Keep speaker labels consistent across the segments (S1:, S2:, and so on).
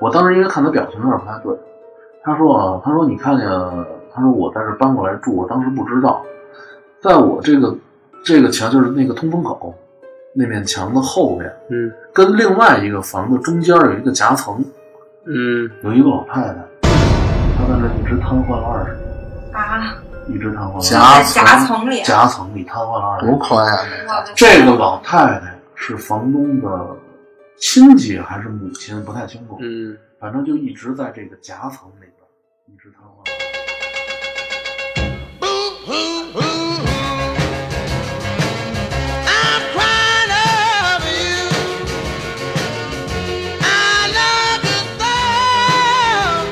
S1: 我当时因为看他表情有点不太对，他说啊，他说你看见，他说我在这搬过来住，我当时不知道，在我这个这个墙就是那个通风口那面墙的后边，
S2: 嗯
S1: 跟另外一个房子中间有一个夹层，
S2: 嗯
S1: 有一个老太太，她在那儿一直瘫痪了二十年，
S3: 啊，
S1: 一直瘫痪了二十年。
S3: 在
S4: 夹层
S3: 夹层里，
S1: 夹层里瘫痪了二十
S4: 多
S1: 年。
S4: 宽呀！
S3: 我的
S1: 这
S3: 天
S1: 个老太太是房东的亲戚还是母亲，不太清楚。
S2: 嗯，
S1: 反正就一直在这个夹层里边，一直瘫痪。
S5: Boo hoo hoo hoo. I'm crying over you. I love you so.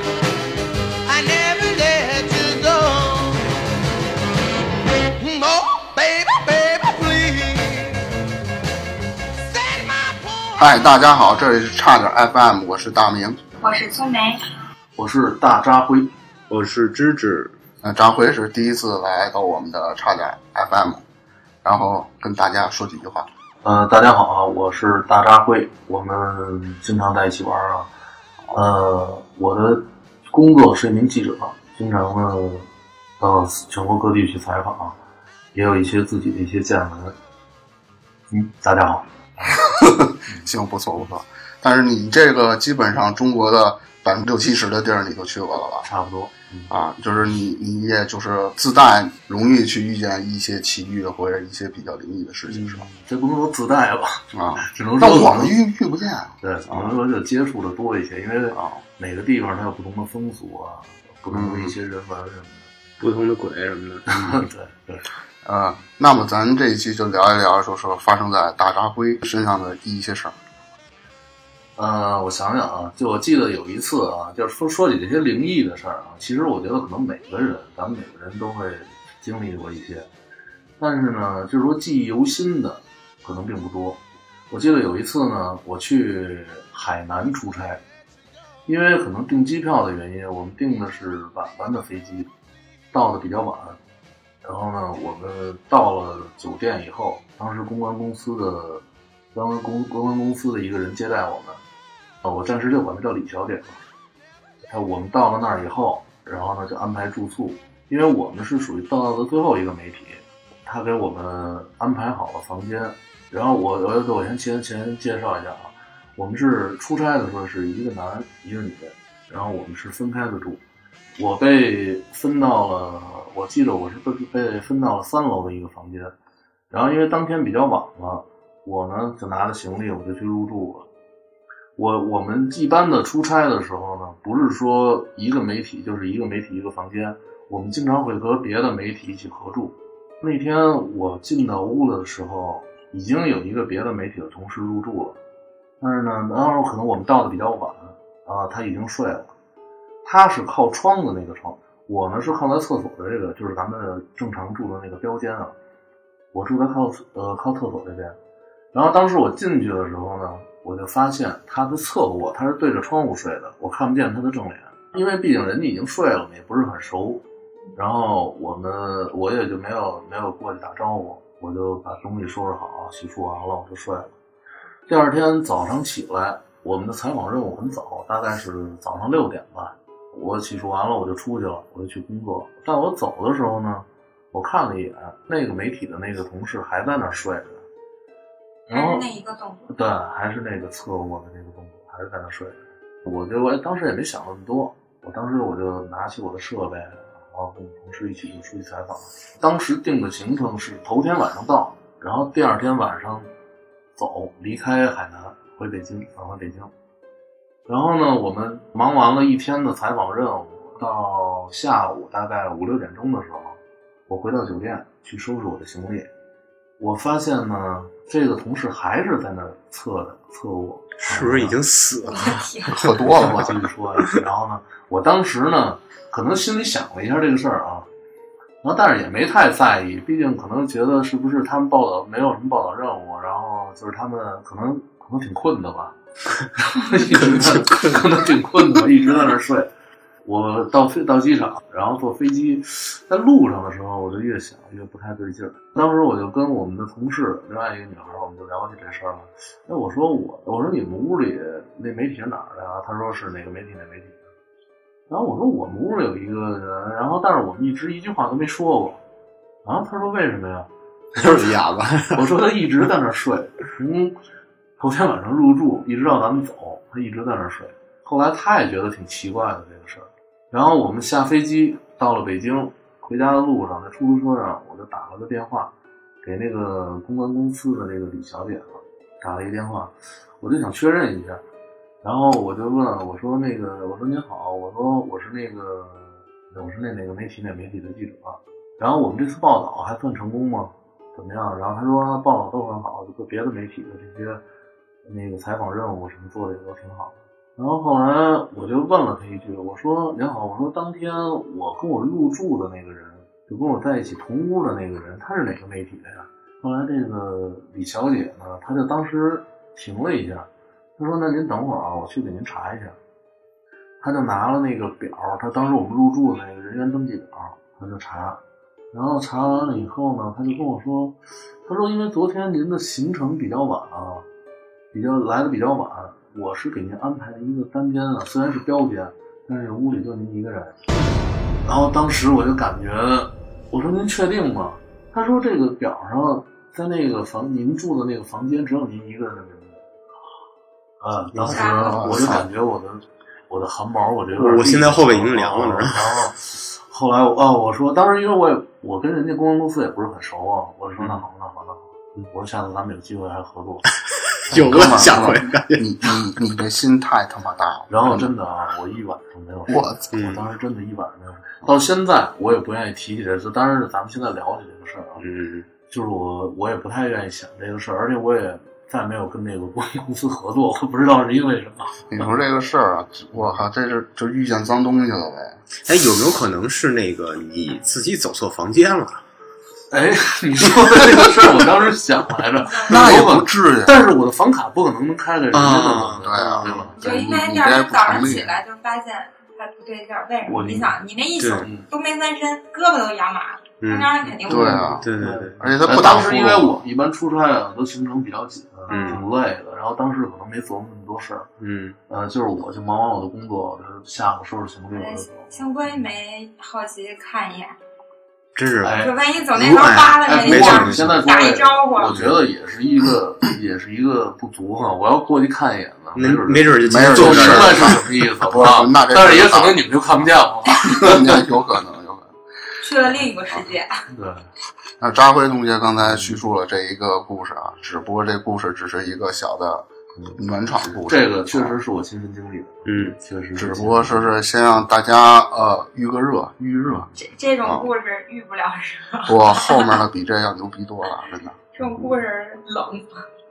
S5: I never let you go. Oh, baby, baby, please. Set my poor
S4: 嗨，大家好，这里是差点 FM，我是大明。
S3: 我是粗梅，
S1: 我是大扎辉，
S2: 我是芝芝，
S4: 那呃张辉是第一次来到我们的差点 FM，然后跟大家说几句话。
S1: 呃，大家好啊，我是大扎辉，我们经常在一起玩啊。呃，我的工作是一名记者，经常呢到全国各地去采访，也有一些自己的一些见闻。嗯，大家好，
S4: 行，不错不错。但是你这个基本上中国的百分之六七十的地儿你都去过了吧？
S1: 差不多。嗯
S4: 啊，就是你你也就是自带容易去遇见一些奇遇或者一些比较灵异的事情，是吧？
S1: 这不能说自带吧，
S4: 啊，
S1: 只能
S4: 但
S1: 说
S4: 我们遇遇不见啊。
S1: 对，只能说就接触的多一些，因为每个地方它有不同的风俗啊，不同的一些人文什么
S2: 不同的鬼什么的，
S1: 的。 对对，
S4: 呃，那么咱这一期就聊一聊，就是发生在大扎辉身上的一些事儿。
S1: 呃，我想想啊，就我记得有一次啊，就是说说起这些灵异的事儿啊，其实我觉得可能每个人，咱们每个人都会经历过一些，但是呢，就是说记忆犹新的可能并不多。我记得有一次呢，我去海南出差，因为可能订机票的原因，我们订的是晚班的飞机，到的比较晚。然后呢，我们到了酒店以后，当时公关公司的公关公公关公司的一个人接待我们，啊，我暂时就管她叫李小姐吧。啊，我们到了那儿以后，然后呢就安排住宿，因为我们是属于到的最后一个媒体，他给我们安排好了房间。然后我我我先先先介绍一下啊，我们是出差的时候是一个男一个女，然后我们是分开的住。我被分到了，我记得我是被被分到了三楼的一个房间，然后因为当天比较晚了，我呢就拿着行李我就去入住了。我我们一般的出差的时候呢，不是说一个媒体就是一个媒体一个房间，我们经常会和别的媒体一起合住。那天我进到屋了的时候，已经有一个别的媒体的同事入住了，但是呢，当时可能我们到的比较晚啊，他已经睡了。他是靠窗子那个窗，我呢是靠在厕所的这个，就是咱们正常住的那个标间啊。我住在靠呃靠厕所这边，然后当时我进去的时候呢，我就发现他的侧卧，他是对着窗户睡的，我看不见他的正脸，因为毕竟人家已经睡了，我们也不是很熟。然后我们我也就没有没有过去打招呼，我就把东西收拾好，啊洗漱完了我就睡了。第二天早上起来，我们的采访任务很早，大概是早上六点吧。我洗漱完了我就出去了，我就去工作。但我走的时候呢，我看了一眼那个媒体的那个同事还在那儿睡着呢，然
S3: 还
S1: 后
S3: 是那一个动作，
S1: 对，还是那个侧卧的那个动作，还是在那睡着。我就我当时也没想那么多，我当时我就拿起我的设备，然后跟同事一起就出去采访。当时定的行程是头天晚上到，然后第二天晚上走，离开海南回北京，返回北京。然后呢，我们忙完了一天的采访任务，到下午大概五六点钟的时候，我回到酒店去收拾我的行李，我发现呢，这个同事还是在那儿侧着侧卧，
S2: 是不是已经死
S3: 我
S2: 了？
S3: 的天，
S4: 喝多了
S1: 我
S4: 吧？
S1: 继续说呀。然后呢，我当时呢，可能心里想了一下这个事儿啊，然后但是也没太在意，毕竟可能觉得是不是他们报道没有什么报道任务，然后就是他们可能可能挺困的吧，一直 在可能挺困的吧，一直在那儿睡。我到飞到机场，然后坐飞机，在路上的时候，我就越想越不太对劲儿。当时我就跟我们的同事，另外一个女孩儿，我们就聊起这事儿了。哎，我说我，我说你们屋里那媒体是哪儿的啊？他说是哪个媒体哪个媒体的。然后我说我们屋里有一个人，然后但是我们一直一句话都没说过。啊，他说为什么呀？
S2: 就是哑巴，
S1: 我说他一直在那儿睡，从头天晚上入住一直到咱们走，他一直在那儿睡。后来他也觉得挺奇怪的这个事儿。然后我们下飞机到了北京，回家的路上，在出租车上，我就打了个电话给那个公关公司的那个李小姐嘛，打了一个电话，我就想确认一下。然后我就问我说：“那个，我说您好，我说我是那个，我是那哪个媒体哪媒体的记者啊、然后我们这次报道还算成功吗？怎么样？然后他说啊报道都很好，就别的媒体的这些那个采访任务什么做的也都挺好的。然后后来我就问了他一句，我说：“您好，我说当天我跟我入住的那个人，就跟我在一起同屋的那个人，他是哪个媒体的呀？”后来这个李小姐呢，她就当时停了一下，她说：“那您等会儿啊，我去给您查一下。”她就拿了那个表，她当时我们入住的那个人员登记表，她就查，然后查完了以后呢，他就跟我说，他说因为昨天您的行程比较晚啊，比较来的比较晚，我是给您安排了一个单间啊，虽然是标间，但是屋里就您一个人。然后当时我就感觉，我说您确定吗？他说这个表上在那个房您住的那个房间只有您一个人的名字。啊，当时我就感觉我的我的汗毛，我这有点
S2: 我现在后背已经凉了
S1: 啊然后后来我啊，我说当时因为我也我跟人家公关公司也不是很熟啊，我
S2: 嗯
S1: 说那好那好那好，我说下次咱们有机会还合作。
S2: 有
S4: 哥
S2: 个
S4: 们儿
S2: 下回。
S4: 你你你这心太他妈大了！
S1: 然后真的啊，我一晚上没有睡，
S4: 我操
S1: 我当时真的一晚上没有睡，到现在我也不愿意提起这事。当然是咱们现在聊起这个事儿啊，
S2: 嗯，
S1: 就是我我也不太愿意想这个事儿，而且我也再没有跟那个公关公司合作，我不知道是因为什么。
S4: 你说这个事儿啊，我靠，这是就遇见脏东西了呗？
S2: 哎，有没有可能是那个你自己走错房间了？
S1: 哎，你说的这个事儿，我当时想来着，
S4: 那也
S1: 我
S4: 不至于。
S1: 但是我的房卡不可能能开在人家那
S2: 啊
S1: 里
S4: 对啊，对吧？
S3: 就
S4: 对
S3: 应该
S4: 你
S3: 第
S4: 你
S3: 二
S4: 这
S3: 天
S4: 不
S3: 早上
S4: 成
S3: 起
S4: 立。
S3: 来就发现他不对劲儿，为什
S1: 我
S3: 么？你
S1: 理
S3: 想，你那一宿
S2: 对
S3: 都没翻身，胳膊都压麻了，
S2: 嗯
S3: 中，间肯定不
S4: 对啊，
S2: 对对对，
S4: 而且他
S1: 呃
S4: 不打
S1: 当
S4: 呼
S1: 时
S4: 噜，
S1: 因为我一般出差啊，都行程比较紧，
S2: 嗯
S1: 挺累的。然后当时可能没琢磨那么多事儿，
S2: 嗯，
S1: 呃，就是我就忙完我的工作，我就是下午收拾行李
S3: 哎
S1: 我就走。
S3: 幸亏没好奇看一眼，
S2: 真是
S1: 哎
S3: 就万一走那头扒拉
S1: 哎，不
S3: 着一
S2: 没
S1: 过
S2: 事
S3: 下
S1: 你，现在说
S3: 打一
S1: 这个，
S3: 招呼，啊
S1: 我觉得也是一个，也是一个不足哈。我要过去看一眼呢，
S2: 没
S1: 准
S2: 没准儿就今天
S1: 就
S2: 坐
S1: 明
S2: 这儿
S1: 白
S2: 了。
S1: 是什么意思
S4: 不是
S1: 了。
S4: 那这
S1: 但是也可能你们就看不见我。
S4: 能有可能有可能。
S3: 去了另一个世界。
S1: 对，
S4: 那扎辉同学刚才叙述了这一个故事啊，只不过这故事只是一个小的暖场故事，
S1: 这个确实是我亲身经历的，
S2: 嗯，
S1: 确实
S4: 只不过是是先让大家呃预个热，预热。
S3: 这这种故事遇不了什么，
S4: 我后面的比这要牛逼多了，真的
S3: 这种故事冷。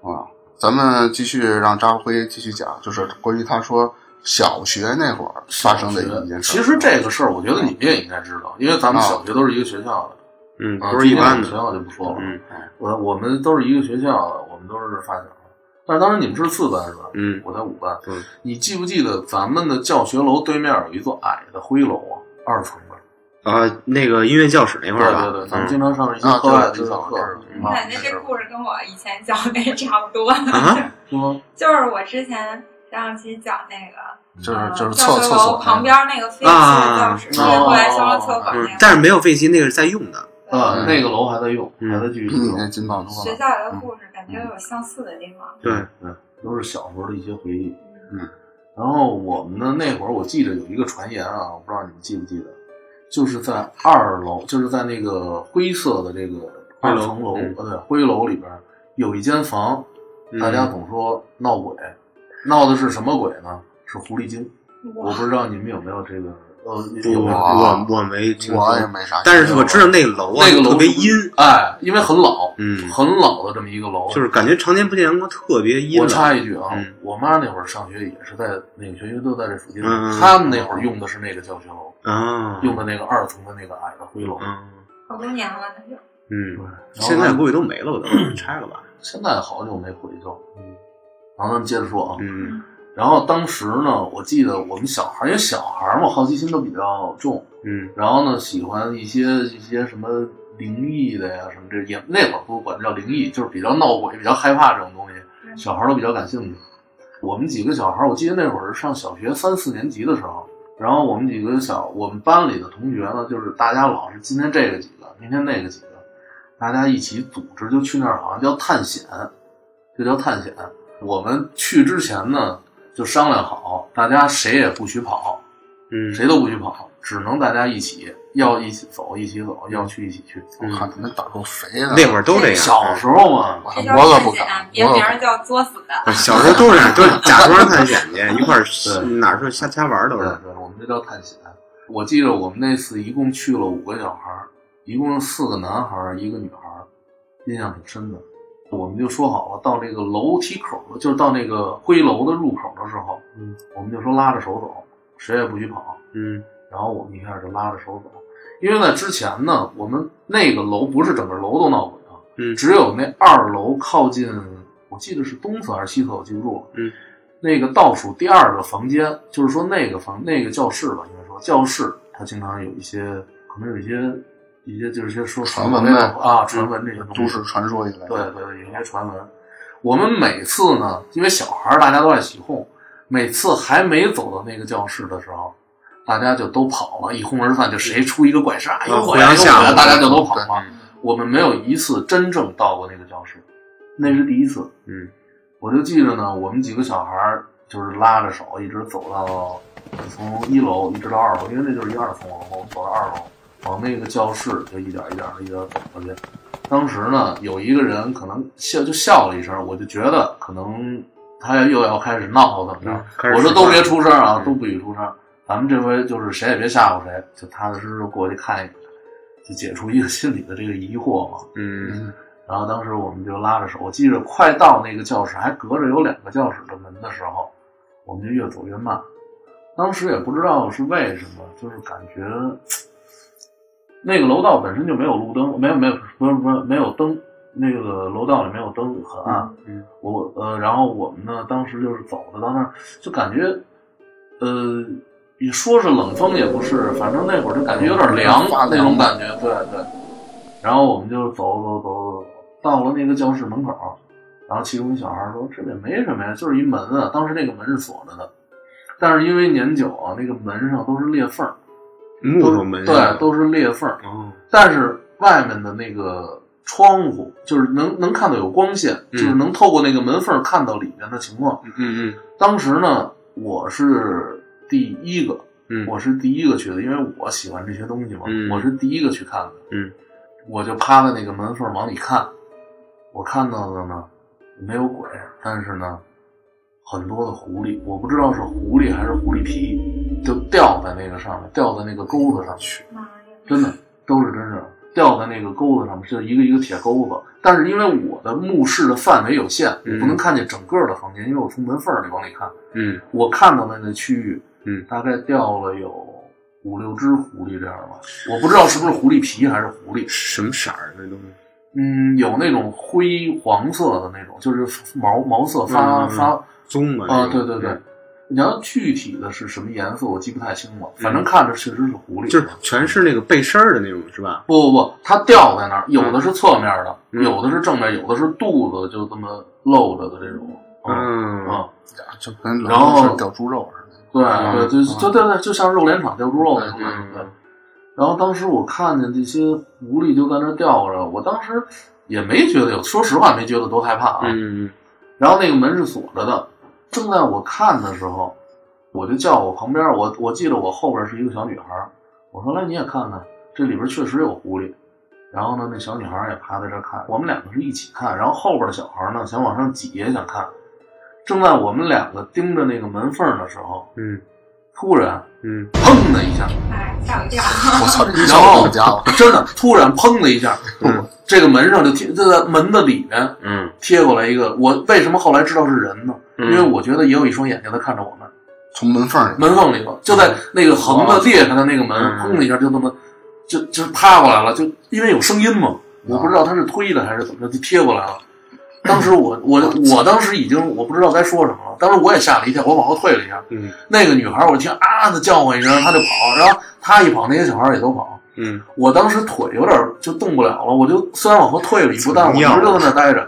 S4: 啊！咱们继续让扎辉继续讲，就是关于他说小学那会儿发生的一件事。
S1: 其实
S2: 啊
S1: 这个事儿，我觉得你们也应该知道，因为咱们小学都是一个学校的。
S2: 嗯，
S1: 啊
S2: 不是一般
S1: 学
S2: 的。
S1: 校就不说了。
S2: 嗯
S1: 我我们都是一个学校的，我们都是发小。但是当时你们是四班是吧？
S2: 嗯，
S1: 我在五班。
S2: 对，
S1: 你记不记得咱们的教学楼对面有一座矮的灰楼啊，二层的？
S2: 啊，那个音乐教室那块儿吧，
S1: 对对，咱们经
S2: 嗯
S1: 常上一些
S4: 啊
S1: 课外的一
S4: 知
S1: 些
S4: 道
S1: 课
S4: 知道
S1: 嗯
S3: 我
S1: 啊，
S3: 感觉这故事跟我以前讲的也差不多，
S2: 啊，
S1: 是吗？
S3: 就是我之前上期讲那个
S4: 就是
S3: 呃
S4: 就是
S3: 教
S4: 厕
S3: 学
S4: 厕
S3: 楼
S4: 所
S3: 旁，边那个废弃的教室，
S1: 啊
S3: 因为后来修了厕所
S2: 嗯
S3: 那，个。
S2: 但是没有费心，那个是在用的。
S1: 啊，
S4: 嗯
S1: 那个楼还在用，
S2: 嗯
S1: 还在继续
S4: 比
S1: 使
S4: 你
S1: 用。
S4: 那金宝多
S3: 学
S4: 了。
S3: 校里的故事感觉有相似的地方，
S2: 对，
S1: 嗯，都是小时候的一些回忆。
S3: 嗯
S1: 然后我们呢，那会儿我记得有一个传言啊，我不知道你们记不记得，就是在二楼，就是在那个灰色的这个
S2: 灰
S1: 二
S2: 楼
S1: 层楼，
S2: 嗯
S1: 呃，对，灰楼里边有一间房，
S2: 嗯
S1: 大家总说闹鬼，闹的是什么鬼呢？是狐狸精。嗯我
S3: 哇
S1: 不知道你们有没有这个，呃，
S2: 不
S1: 有没有
S2: 嗯我我没听说
S4: 我也没啥，
S2: 但是我知道那个楼啊，
S1: 那个楼
S2: 特别
S1: 是不
S2: 阴，
S1: 哎，因为很老，
S2: 嗯
S1: 很老的这么一个楼，
S2: 就是感觉常年不见阳光，特别阴
S1: 我
S2: 冷。
S1: 插一句啊，
S2: 嗯
S1: 我妈那会儿上学也是在哪个学区都在这附近，
S2: 嗯嗯
S1: 他们那会儿用的是那个教学楼，
S2: 啊，
S1: 用的那个二层的那个矮的灰楼。
S2: 嗯
S3: 好多年了，那就
S1: 对
S2: 嗯，
S1: 然后
S2: 现在
S1: 咱们
S2: 估计都没了，我 都拆了吧。
S1: 现在好久没回去了。嗯，然后咱们接着说啊，
S2: 嗯
S1: 然后当时呢，我记得我们小孩儿，因为小孩儿嘛，好奇心都比较重，
S2: 嗯
S1: 然后呢，喜欢一些一些什么灵异的呀，什么这也那会儿不管叫灵异，就是比较闹鬼、比较害怕这种东西，小孩儿都比较感兴趣。我们几个小孩儿，我记得那会儿上小学三四年级的时候，然后我们几个小我们班里的同学呢，就是大家老是今天这个几个，明天那个几个，大家一起组织就去那儿，好像叫探险，就叫探险。我们去之前呢，就商量好，大家谁也不许跑，
S2: 嗯，
S1: 谁都不许跑，只能大家一起，要一起走一起走，要去一起去。
S2: 嗯
S4: 看你们胆儿够肥的。
S2: 那会儿都这样，
S1: 小时候嘛，
S4: 我
S3: 这
S4: 我
S3: 叫
S4: 可不
S3: 探
S4: 敢
S3: 险，，别名
S4: 我
S3: 儿叫作死的。
S2: 小时候都是 都是假装探险去， 一块儿哪儿说瞎瞎玩儿都
S1: 对
S2: 是。
S1: 对，我们这叫探险。我记得我们那次一共去了五个小孩儿，一共是四个男孩儿，一个女孩儿，印象挺深的。我们就说好了，到那个楼梯口了，就是到那个灰楼的入口的时候，
S2: 嗯，
S1: 我们就说拉着手走，谁也不许跑。
S2: 嗯
S1: 然后我们一开始就拉着手走，因为在之前呢，我们那个楼不是整个楼都闹鬼啊，
S2: 嗯
S1: 只有那二楼靠近，我记得是东侧还是西侧，我记不住了。
S2: 嗯，
S1: 那个倒数第二个房间，就是说那个房那个教室吧，应该说教室，它经常有一些可能有一些一些就是一些说
S4: 传闻
S1: 那
S4: 呗
S1: 种啊，传闻这些东西
S4: 都市传说一类的。
S1: 对对对，有一些传闻。我们每次呢，因为小孩儿大家都爱起哄，每次还没走到那个教室的时候，大家就都跑了，一哄而散，就谁出一个怪杀，哎呦
S2: 啊互
S1: 我
S2: 相
S1: 呀，哎呦
S2: 吓
S1: 我呀
S2: 唬
S1: 大家就都跑
S4: 对
S1: 了。我们没有一次真正到过那个教室，那是第一次。
S2: 嗯，
S1: 我就记着呢，我们几个小孩儿就是拉着手一直走到从一楼一直到二楼，因为那就是一二层楼，我们走到二楼，往那个教室就一点一点的一点走过去。当时呢，有一个人可能笑就笑了一声，我就觉得可能他又要开始闹怎么着。
S2: 嗯开始
S1: 我说都别出声啊
S2: 嗯，
S1: 都不许出声。咱们这回就是谁也别吓唬谁，就踏踏实实过去看一看，就解除一个心里的这个疑惑嘛。
S2: 嗯
S4: 嗯，
S1: 然后当时我们就拉着手，我记着快到那个教室，还隔着有两个教室的门的时候，我们就越走越慢。当时也不知道是为什么，就是感觉嘖那个楼道本身就没有路灯，没有没有不是不是没有灯，那个楼道里没有灯，很暗。
S2: 嗯，
S1: 我呃，然后我们呢，当时就是走的到那儿，就感觉呃，你说是冷风也不是，反正那会儿就感觉有点凉
S4: 发凉
S1: 那种感觉，对对。然后我们就走走走走，到了那个教室门口，然后其中一小孩说：“这也没什么呀，就是一门啊。”当时那个门是锁着的，但是因为年久啊，那个门上都是裂缝儿，
S2: 嗯木
S1: 都
S2: 头门啊
S1: 对，都是裂缝儿。
S2: 哦，
S1: 但是外面的那个窗户，就是能能看到有光线，就
S2: 嗯
S1: 是能透过那个门缝儿看到里面的情况。
S2: 嗯嗯
S1: 当时呢，我是第一个，
S2: 嗯
S1: 我是第一个去的，因为我喜欢这些东西嘛，
S2: 嗯
S1: 我是第一个去看的。
S2: 嗯，
S1: 我就趴在那个门缝往里看，我看到的呢没有鬼，但是呢很多的狐狸，我不知道是狐狸还是狐狸皮，就掉在那个上面，掉在那个钩子上去，
S3: 妈呀！
S1: 真的都是真事儿，掉在那个钩子上面，就一个一个铁钩子。但是因为我的目视的范围有限，我
S2: 嗯
S1: 不能看见整个的房间，因为我从门缝里往里看。
S2: 嗯
S1: 我看到的那区域，
S2: 嗯，
S1: 大概掉了有五六只狐狸这样吧，我不知道是不是狐狸皮还是狐狸，
S2: 什么色儿那东西？
S1: 嗯，有那种灰黄色的那种，就是毛毛色发、
S2: 嗯嗯嗯嗯
S1: 发
S2: 棕嘛？
S1: 啊，
S2: 那
S1: 对对
S2: 种
S1: 对。，你要具体的是什么颜色，我记不太清了，反正看着确实是狐狸，
S2: 嗯就是全是那个背身儿的那种，是吧？
S1: 不不不，它掉在那儿，有的是侧面的，
S2: 嗯
S1: 有的是正面，有的是肚子就这么露着的这种，啊
S2: 嗯，
S1: 啊，
S4: 就跟
S1: 然后
S4: 老是掉猪肉似的。
S1: 对
S2: 嗯
S1: 对，就就对对，就像肉联厂掉猪肉那种
S2: 嗯
S1: 感
S2: 嗯
S1: 觉
S2: 嗯。
S1: 然后当时我看见这些狐狸就在那儿吊着，我当时也没觉得有，说实话没觉得多害怕啊。
S2: 嗯
S1: 然后那个门是锁着的，正在我看的时候，我就叫我旁边，我我记得我后边是一个小女孩儿，我说来你也看看，这里边确实有狐狸。然后呢，那小女孩儿也趴在这儿看，我们两个是一起看，然后后边的小孩儿呢想往上挤也想看。正在我们两个盯着那个门缝儿的时候，
S2: 嗯
S1: 突然
S2: 嗯
S1: 砰的一下，
S3: 哎，吓我一跳！
S4: 我操，这一
S1: 然
S4: 下
S1: 后
S4: 我家伙，
S1: 真的突然砰的一下，
S2: 嗯
S1: 这个门上就贴，这个门的里面
S2: 嗯
S1: 贴过来一个。我为什么后来知道是人呢？
S2: 嗯
S1: 因为我觉得也有一双眼睛在看着我们，
S4: 从门缝里
S1: 门缝里头就在那个横的裂开的那个门，
S2: 嗯
S1: 砰的一下就这么，就就趴过来了，就因为有声音
S2: 啊
S1: 嘛，我不知道他是推的还是怎么着，就贴过来了。当时我我我当时已经我不知道该说什么了，当时我也吓了一跳，我往后退了一下。
S2: 嗯
S1: 那个女孩我听啊的叫唤一声，她就跑，然后她一跑，那些小孩也都跑。
S2: 嗯
S1: 我当时腿有点就动不了了，我就虽然往后退了一步，但我一直就在那儿待着。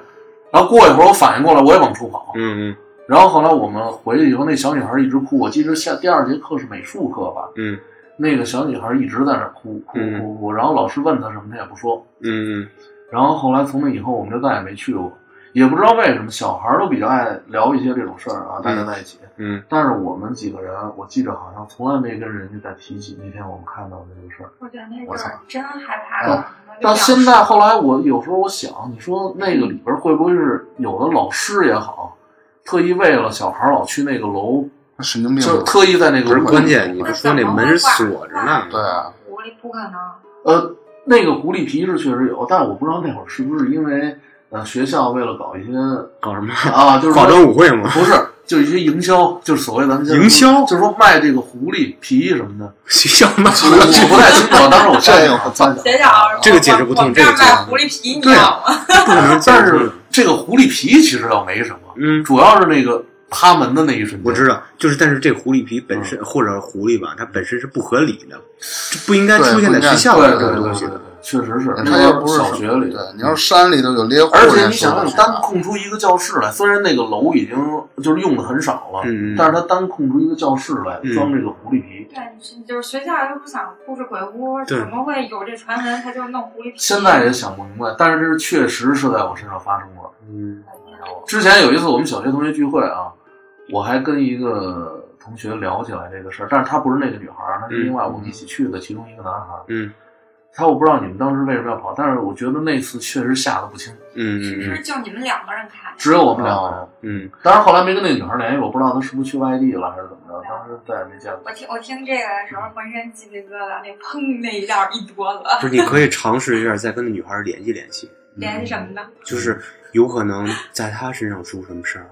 S1: 然后过一会儿，我反应过来，我也往出跑。
S2: 嗯
S1: 然后后来我们回去以后，那小女孩一直哭。我记得下第二节课是美术课吧，
S2: 嗯
S1: 那个小女孩一直在那儿哭哭
S2: 嗯
S1: 哭哭，然后老师问她什么，她也不说。
S2: 嗯
S1: 然后后来从那以后，我们就再也没去过，也不知道为什么，小孩儿都比较爱聊一些这种事儿啊，大家在一起。
S2: 嗯
S1: 但是我们几个人，我记着好像从来没跟人家再提起那天我们看到的这个事儿。
S3: 我觉得那
S1: 我
S3: 阵
S1: 操
S3: 儿真害怕了。
S1: 到现在，后来我有时候我想，你说那个里边会不会是有的老师也好，特意为了小孩儿老去那个楼，
S4: 他神经病
S1: 就是
S4: 吧。
S1: 特意在那个
S2: 不是
S1: 楼
S2: 关键，你
S3: 那
S2: 不说那
S3: 怎么
S2: 门
S3: 会
S2: 是锁着呢
S3: 挂
S4: 对啊，
S3: 狐狸不可能，
S1: 呃，那个狐狸皮是确实有，但我不知道那会儿是不是因为呃学校为了搞一些
S2: 搞什么？
S1: 啊，就是说
S2: 广州舞会吗？
S1: 不是，就是一些营销，就是所谓咱们现在
S2: 营销
S1: 就是说卖这个狐狸皮什么 的。
S2: 学校吗？
S1: 我我不太清楚，当时我
S4: 这
S1: 站
S4: 有
S1: 有站
S3: 谁想
S2: 这个解释不通
S3: 我们
S2: 这个
S3: 这儿
S2: 解释
S3: 卖
S2: 不通
S3: 狐狸皮，你知
S2: 对啊
S3: 道吗？
S2: 不可能，
S1: 但是这个狐狸皮其实倒没什么，
S2: 嗯，
S1: 主要是那个趴门的那一瞬间。
S2: 我知道，就是但是这狐狸皮本身或者狐狸吧，它本身是不合理的，这不应该出现在学校
S1: 对
S2: 的
S1: 对
S2: 这
S1: 对
S2: 个
S1: 对
S2: 东
S1: 对
S2: 西
S1: 对。，确实是。
S4: 他要不是
S1: 小学里，
S4: 对，你要是山里头有猎户
S1: 而
S4: 人，
S1: 且你想想，
S4: 说不
S1: 单
S4: 定
S1: 空出一个教室来，虽然那个楼已经就是用的很少了，
S2: 嗯嗯
S1: 但是他单空出一个教室来
S2: 嗯
S1: 装这个狐狸皮。
S3: 对，就是学校又不想故事鬼屋，
S2: 对
S3: 怎么会有这传闻？他就弄狐狸皮。
S1: 现在也想不明白，但是这确实是在我身上发生过。
S2: 嗯
S3: 哎
S1: 之前有一次我们小学同学聚会啊，我还跟一个同学聊起来这个事儿，但是他不是那个女孩儿，他是另外我们一起去的其中一个男孩儿。
S2: 嗯
S1: 他我不知道你们当时为什么要跑，但是我觉得那次确实吓得不轻，
S2: 嗯
S3: 是不
S2: 嗯
S3: 是就你们两个人看？
S1: 只有我们两个人。
S2: 嗯
S1: 当然后来没跟那个女孩儿联系，我不知道她是不是去外地了还是怎么着，当时再也没见过
S3: 我。听我听这个的时候，浑身鸡皮疙瘩，那砰那一下一哆嗦，
S2: 嗯，就是你可以尝试一下再跟那女孩联系联系，
S3: 联系什么呢？
S2: 就是有可能在她身上出什么事儿。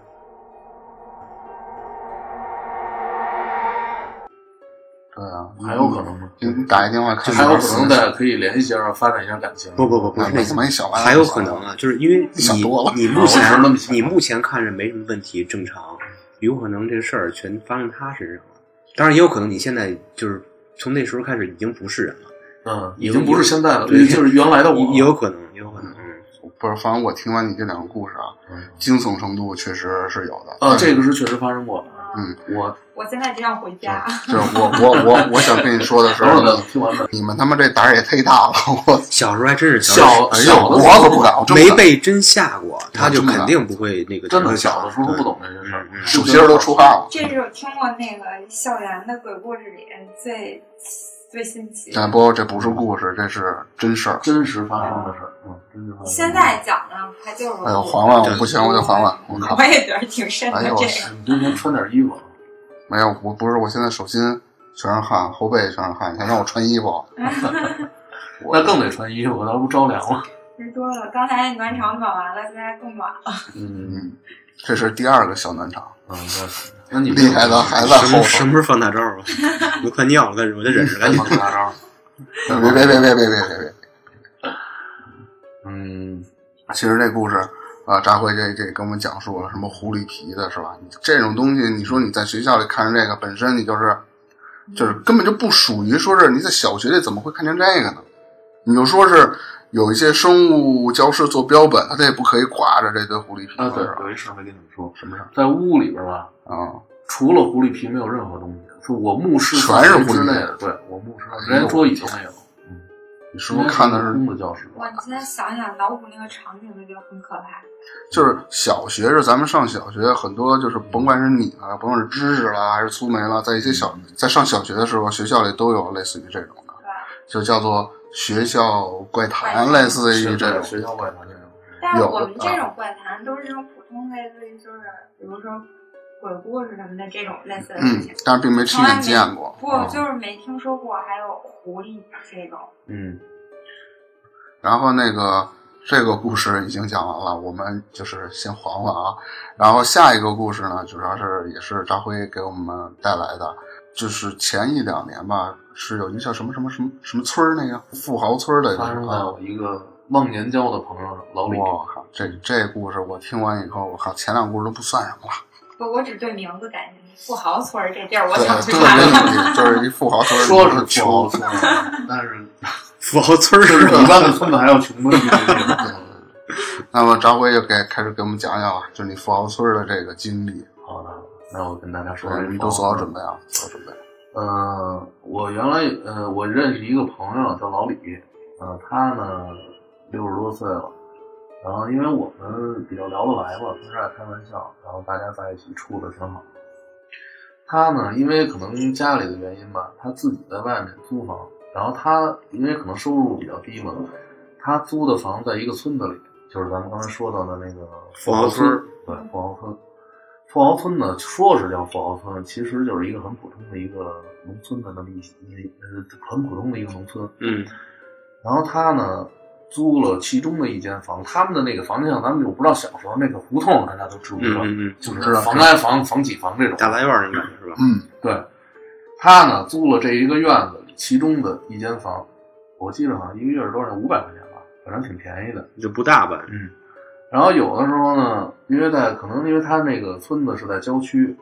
S4: 对啊，
S1: 还有可能吗？
S4: 你你打一电话看，
S1: 还有可能在可以联系一下，发展一下感情。
S2: 不不不，不是
S4: 没
S2: 啊那
S4: 这么一想完了
S2: 还有可能啊，就是因为你
S4: 想多了
S2: 你目
S1: 我只
S2: 前
S1: 是那么想
S2: 你目前看着没什么问题，正常，有可能这事儿全发生他身上了。当然，也有可能你现在就是从那时候开始已经不是人了，
S1: 嗯，已经不是现在的，
S2: 对
S1: 就是原来的我。
S2: 也有可能，也有可能。嗯
S4: 不是，反正我听完你这两个故事啊，
S1: 嗯
S4: 惊悚程度确实是有的。
S1: 啊，这个是确实发生过的。
S4: 嗯，
S1: 我
S3: 我现在就想回家。
S4: 就是我我我我想跟你说的 时
S1: 等会
S4: 候
S1: 儿呢
S4: 呢，，
S1: 听完了。
S4: 你们他妈这胆儿也忒大了，我
S2: 小时候还真是
S1: 小
S4: 哎
S1: 小
S4: 呦，
S1: 的
S4: 我
S1: 时候
S4: 可不敢，我真不
S2: 没
S4: 敢
S2: 被真吓过，他就
S4: 真的
S2: 肯定不会那个
S1: 真
S2: 什
S1: 的
S2: 么
S1: 小的时候不懂这些事儿
S2: 嗯，嗯
S4: 手心儿都出汗了。
S3: 这是我听过那个校园的鬼故事里最最新奇。
S4: 但啊不，这不是故事，这是真事儿。
S1: 真实发生的事儿，嗯，真实发生的事儿。
S3: 现在讲呢，它就是
S4: 哎呦，缓缓，我不行，我得缓缓。我靠
S3: 我，也觉得挺瘆的
S4: 哎呦
S3: 这
S4: 我
S3: 个。
S1: 你今天穿点衣服啊，
S4: 没有，我不是，我现在手心全是汗，后背全是汗，你还让我穿衣服？
S1: 那更得穿衣服，那不着凉了。
S3: 人多了，刚才暖场暖完了，现在更暖了。
S1: 嗯
S4: 嗯，这是第二个小暖场，
S1: 嗯，那你
S4: 厉害的还在
S2: 什
S4: 后
S2: 么什
S4: 头。
S2: 么时候放大招啊？我快尿了，但是我得忍着赶紧
S1: 放大招。
S4: 别别别别别别别别！
S1: 嗯，
S4: 其实这故事啊，扎辉这这跟我们讲述了什么狐狸皮的是吧？这种东西，你说你在学校里看着这个，本身你就是就是根本就不属于说是你在小学里怎么会看见这个呢？你就说是有一些生物教师做标本，他这也不可以挂着这堆狐狸皮
S1: 啊，对
S4: 是，吧
S1: 有一事儿没跟你们说，
S4: 嗯什么事儿
S1: 在屋里边吧，
S4: 啊？
S1: 除了狐狸皮没有任何东西，是我目视
S4: 全是狐狸皮哎
S1: 之内的，对我目视，连桌椅都没有。
S4: 你是不是看的是
S1: 空的教室吧？
S3: 哇，你现在想想老虎那个场景，就觉得很可怕。
S4: 就是小学是咱们上小学，很多就是甭管是你啊，甭管是知识啦，还是苏梅啦，在一些小在上小学的时候，学校里都有类似于这种的，就叫做学校怪谈，类似于这种。
S1: 学校外环境。
S3: 但是
S4: 有啊
S3: 我们这种怪谈都是这种普通类似于就是，比如说鬼故事什么的这种类似的事
S4: 嗯
S3: 情，，
S4: 但是并没亲
S3: 从来
S4: 眼
S3: 没
S4: 见过。
S3: 不
S4: 嗯
S3: 就是没听说过还有狐狸这种。
S1: 嗯，
S4: 然后那个这个故事已经讲完了，我们就是先缓缓啊。然后下一个故事呢，主要是也是扎辉给我们带来的，就是前一两年吧，是有一个叫什么什么什么什么村儿，那个富豪村儿的一个
S1: 嗯发生在
S4: 啊。
S1: 我一个忘年交的朋友老李。
S4: 我靠，这这故事我听完以后，我靠，前两故事都不算什么了。
S3: 不，我只对名字感兴趣。富豪村儿这地儿，我
S4: 对，啊
S3: 想去
S4: 特
S3: 看看。
S4: 别有意思，就是一富豪村儿，
S1: 说是富
S4: 是
S1: 豪
S4: 穷，
S1: 村，但是
S2: 富豪村 儿
S1: 就是
S2: 是
S1: 比
S2: 吧？
S1: 般的村子还要穷的一 个地方
S4: 啊那么张辉就给开始给我们讲讲了，就是你富豪村儿的这个经历。
S1: 啊。那我跟大家说
S4: 对，
S1: 这
S4: 哎你
S1: 个
S4: 都做好准备啊，做好准备。
S1: 呃，我原来呃，我认识一个朋友叫老李，呃，他呢六十多岁了，然后因为我们比较聊得来嘛，平时爱开玩笑，然后大家在一起处的挺好。他呢，因为可能家里的原因吧，他自己在外面租房，然后他因为可能收入比较低嘛，他租的房在一个村子里，就是咱们刚才说到的那个
S2: 富豪村儿
S1: 村，对，富豪村。富豪村呢，说是叫富豪村，其实就是一个很普通的一个农村的那么一一呃很普通的一个农村。
S2: 嗯，
S1: 然后他呢租了其中的一间房，他们的那个房间，咱们就不知道小时候那个胡同大家都知不知道，
S2: 嗯嗯嗯
S1: 就是
S4: 知道
S1: 房安房房几房这种。
S2: 大杂院儿那感觉是吧？
S4: 嗯，
S1: 对，他呢租了这一个院子里其中的一间房，我记得好像一个月是多少钱，五百块钱吧，反正挺便宜的。
S2: 就不大吧？
S1: 嗯，然后有的时候呢，因为在可能因为他那个村子是在郊区，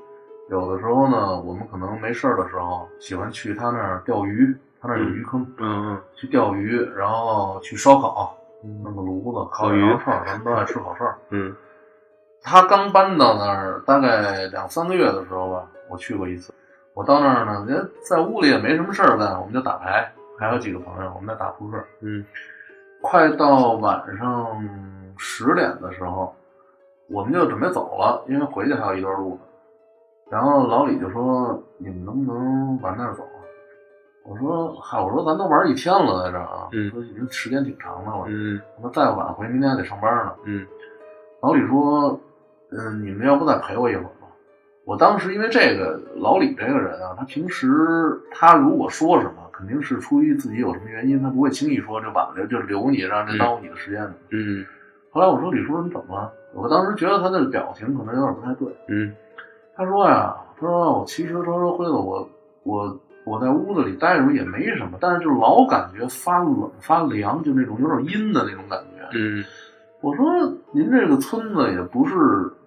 S1: 有的时候呢，我们可能没事儿的时候喜欢去他那儿钓鱼，他那儿有鱼坑，
S2: 嗯
S1: 去钓鱼，然后去烧烤，弄个炉子烤
S2: 烤鱼
S1: 羊肉串儿，咱们都爱吃烤串儿。
S2: 嗯
S1: 他刚搬到那儿大概两三个月的时候吧，我去过一次。我到那儿呢，人在屋里也没什么事儿干，我们就打牌，还有几个朋友，我们在打扑克。
S2: 嗯
S1: 快到晚上十点的时候，我们就准备走了，因为回去还有一段路呢。然后老李就说：“你们能不能往那儿走啊？”我说：“嗨，我说咱都玩一天了，在这儿啊，
S2: 嗯
S1: 说你们时间挺长的。”我说
S2: 嗯：“
S1: 我说再晚回，明天还得上班呢。”
S2: 嗯
S1: 老李说：“嗯，你们要不再陪我一会儿吧？”我当时因为这个老李这个人啊，他平时他如果说什么，肯定是出于自己有什么原因，他不会轻易说这晚了就留你，让这耽误你的时间的。
S2: 嗯
S1: 后来我说：“李叔，你怎么了？”我当时觉得他的表情可能有点不太对。
S2: 嗯
S1: 他说呀、他说我其实他说辉子，我我我在屋子里待着也没什么，但是就老感觉发冷发凉，就那种有点阴的那种感觉。
S2: 嗯
S1: 我说您这个村子也不是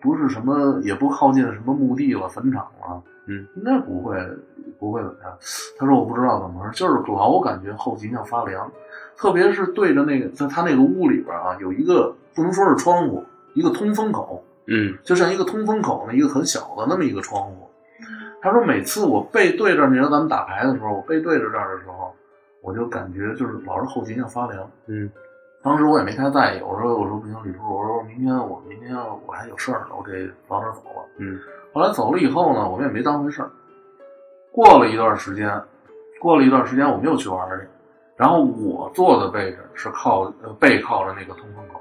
S1: 不是什么，也不靠近什么墓地了、坟场了，
S2: 嗯，
S1: 应该不会不会怎么样。他说我不知道怎么回事，就是老感觉后脊梁发凉，特别是对着那个在他那个屋里边啊，有一个不能说是窗户，一个通风口，
S2: 嗯
S1: 就像一个通风口的一个很小的那么一个窗户。他说每次我背对着，你说咱们打牌的时候，我背对着这儿的时候，我就感觉就是老是后脊梁发凉。
S2: 嗯，
S1: 当时我也没太在意，我说我说不行，李叔，我说明天我明天我还有事儿呢，我得早点走了。
S2: 嗯，
S1: 后来走了以后呢，我们也没当回事儿。过了一段时间，过了一段时间，我们又去玩儿去。然后我坐的位置是靠呃背靠着那个通风口，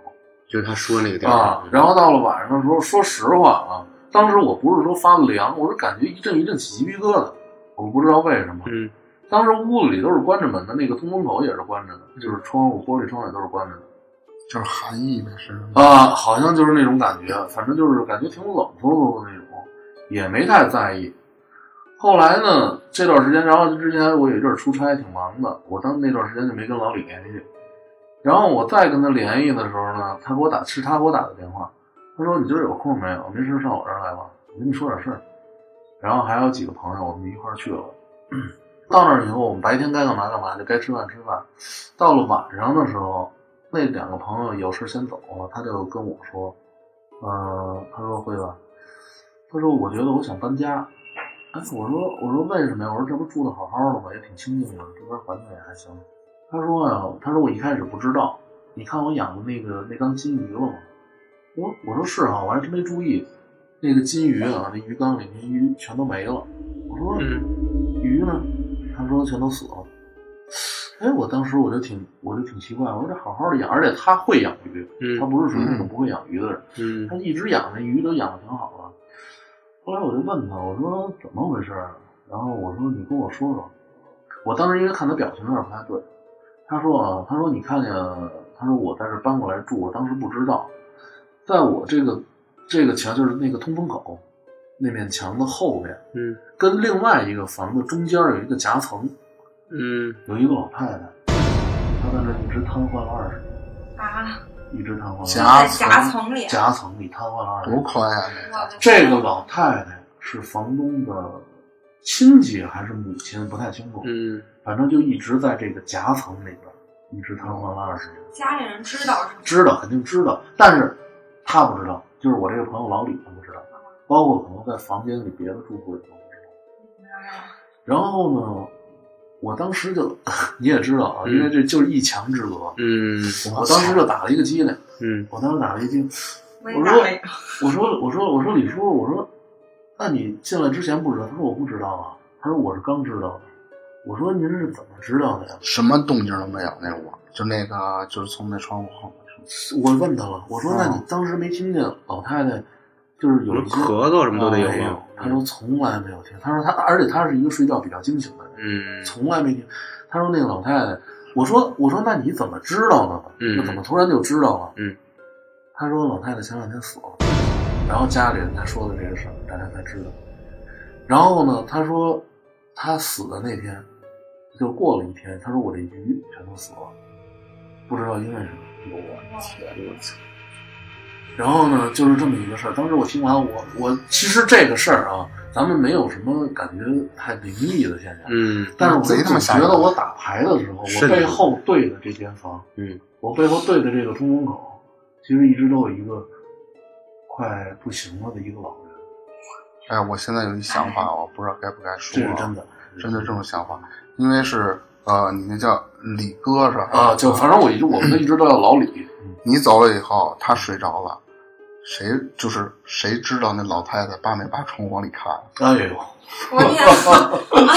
S2: 就是他说那个地方
S1: 啊，然后到了晚上的时候，说实话啊，当时我不是说发凉，我是感觉一阵一阵起鸡皮疙瘩，我不知道为什么。
S2: 嗯
S1: 当时屋子里都是关着门的，那个通风口也是关着的，就是窗户、玻璃窗也都是关着的。
S4: 就是含义呗，是。
S1: 啊，好像就是那种感觉，反正就是感觉挺冷飕飕的那种，也没太在意。后来呢，这段时间，然后之前我有一阵儿出差挺忙的，我当那段时间就没跟老李联系。然后我再跟他联系的时候呢，他给我打是他给我打的电话，他说你今儿有空没有？没事上我这儿来吧，我跟你说点事儿。然后还有几个朋友，我们一块儿去了。 到那儿以后，我们白天该干嘛干嘛，就该吃饭吃饭。到了晚上的时候，那两个朋友有事先走了，他就跟我说，呃，他说辉吧，他说我觉得我想搬家。哎，我说我说为什么呀？我说这不住的好好的吗？也挺清静的，这边环境也还行。他说呀、啊他说我一开始不知道，你看我养的那个那缸金鱼了吗？我说我说是啊，我还真没注意，那个金鱼啊，那鱼缸里面鱼全都没了。我说
S2: 嗯
S1: 鱼呢？他说全都死了。哎，我当时我就挺我就挺奇怪，我说这好好的养，而且他会养鱼，
S2: 嗯
S1: 他不是属于那种不会养鱼的人，
S2: 嗯
S1: 他一直养那鱼都养的挺好的。后来我就问他，我说怎么回事儿？啊然后我说你跟我说说。我当时因为看他表情有点不太对，他说啊，他说你看见，他说我在这搬过来住，我当时不知道，在我这个这个墙就是那个通风口那面墙的后面，
S2: 嗯
S1: 跟另外一个房子中间有一个夹层，
S2: 嗯
S1: 有一个老太太，她在那儿一直瘫痪了二十年，
S3: 啊，
S1: 一直瘫痪了
S4: 夹
S3: 在
S4: 层
S3: 夹层里，
S1: 夹层里瘫痪了二十
S4: 多啊
S1: 年。
S4: 宽呀、
S3: 我的
S1: 这个老太太是房东的亲戚还是母亲，不太清楚，
S2: 嗯
S1: 反正就一直在这个夹层里边，一直瘫痪了二十年。
S3: 家里人知道是吗？
S1: 知道肯定知道，但是他不知道，就是我这个朋友老李他不知道。包括可能在房间里别的住户也都知道。
S2: 嗯
S1: 然后呢，我当时就 你也知道啊，
S2: 嗯
S1: 因为这就是一墙之隔，
S2: 嗯
S1: 我当时就打了一个激灵，
S2: 嗯
S1: 我当时打了一激灵，
S3: 我
S1: 我
S3: 也打
S1: 说
S3: 了一个，
S1: 我说我说我说李叔，我说那你进来之前不知道？他说我不知道啊，他说我是刚知道的。我说您是怎么知道的呀？
S4: 什么动静都没有，那屋就那个就是从那窗户后面，
S1: 我问他了，我说那你
S4: 哦
S1: 当时没听见老太太就是有一些哦
S2: 咳嗽什么都得有嗯
S1: 没
S2: 吧
S1: 他说从来没有听，他说他，而且他是一个睡觉比较惊醒的人，
S2: 嗯
S1: 从来没听。他说那个老太太，我说我说那你怎么知道的呢？
S2: 嗯
S1: 就怎么突然就知道了？
S2: 嗯，
S1: 他说老太太前两天死了，然后家里人才说的这个事儿，大家才知道。然后呢，他说他死的那天，就过了一天，他说我这鱼全都死了，不知道因为什么。
S3: 我天，
S1: 然后呢，就是这么一个事儿。当时我听完我，我其实这个事儿啊，咱们没有什么感觉太灵异的现象，
S2: 嗯
S1: 但是我
S4: 贼他妈
S1: 总
S4: 吓
S1: 觉
S4: 人
S1: 得我打牌的时候，我
S2: 是的
S1: 背后对的这间房，
S2: 嗯，
S1: 我背后对的这个出风口，其实一直都有一个快不行了的一个老人，
S4: 哎，我现在有一想法，我不知道该不该说
S1: 这
S4: 啊，
S1: 是真的
S4: 真的这种想法，因为是呃，你那叫李哥是吧？
S1: 啊！就反正我一直我们都一直都叫老李，
S4: 你走了以后，他睡着了，谁就是谁知道那老太太扒没扒窗户往里看？
S1: 哎呦，
S3: 我 天，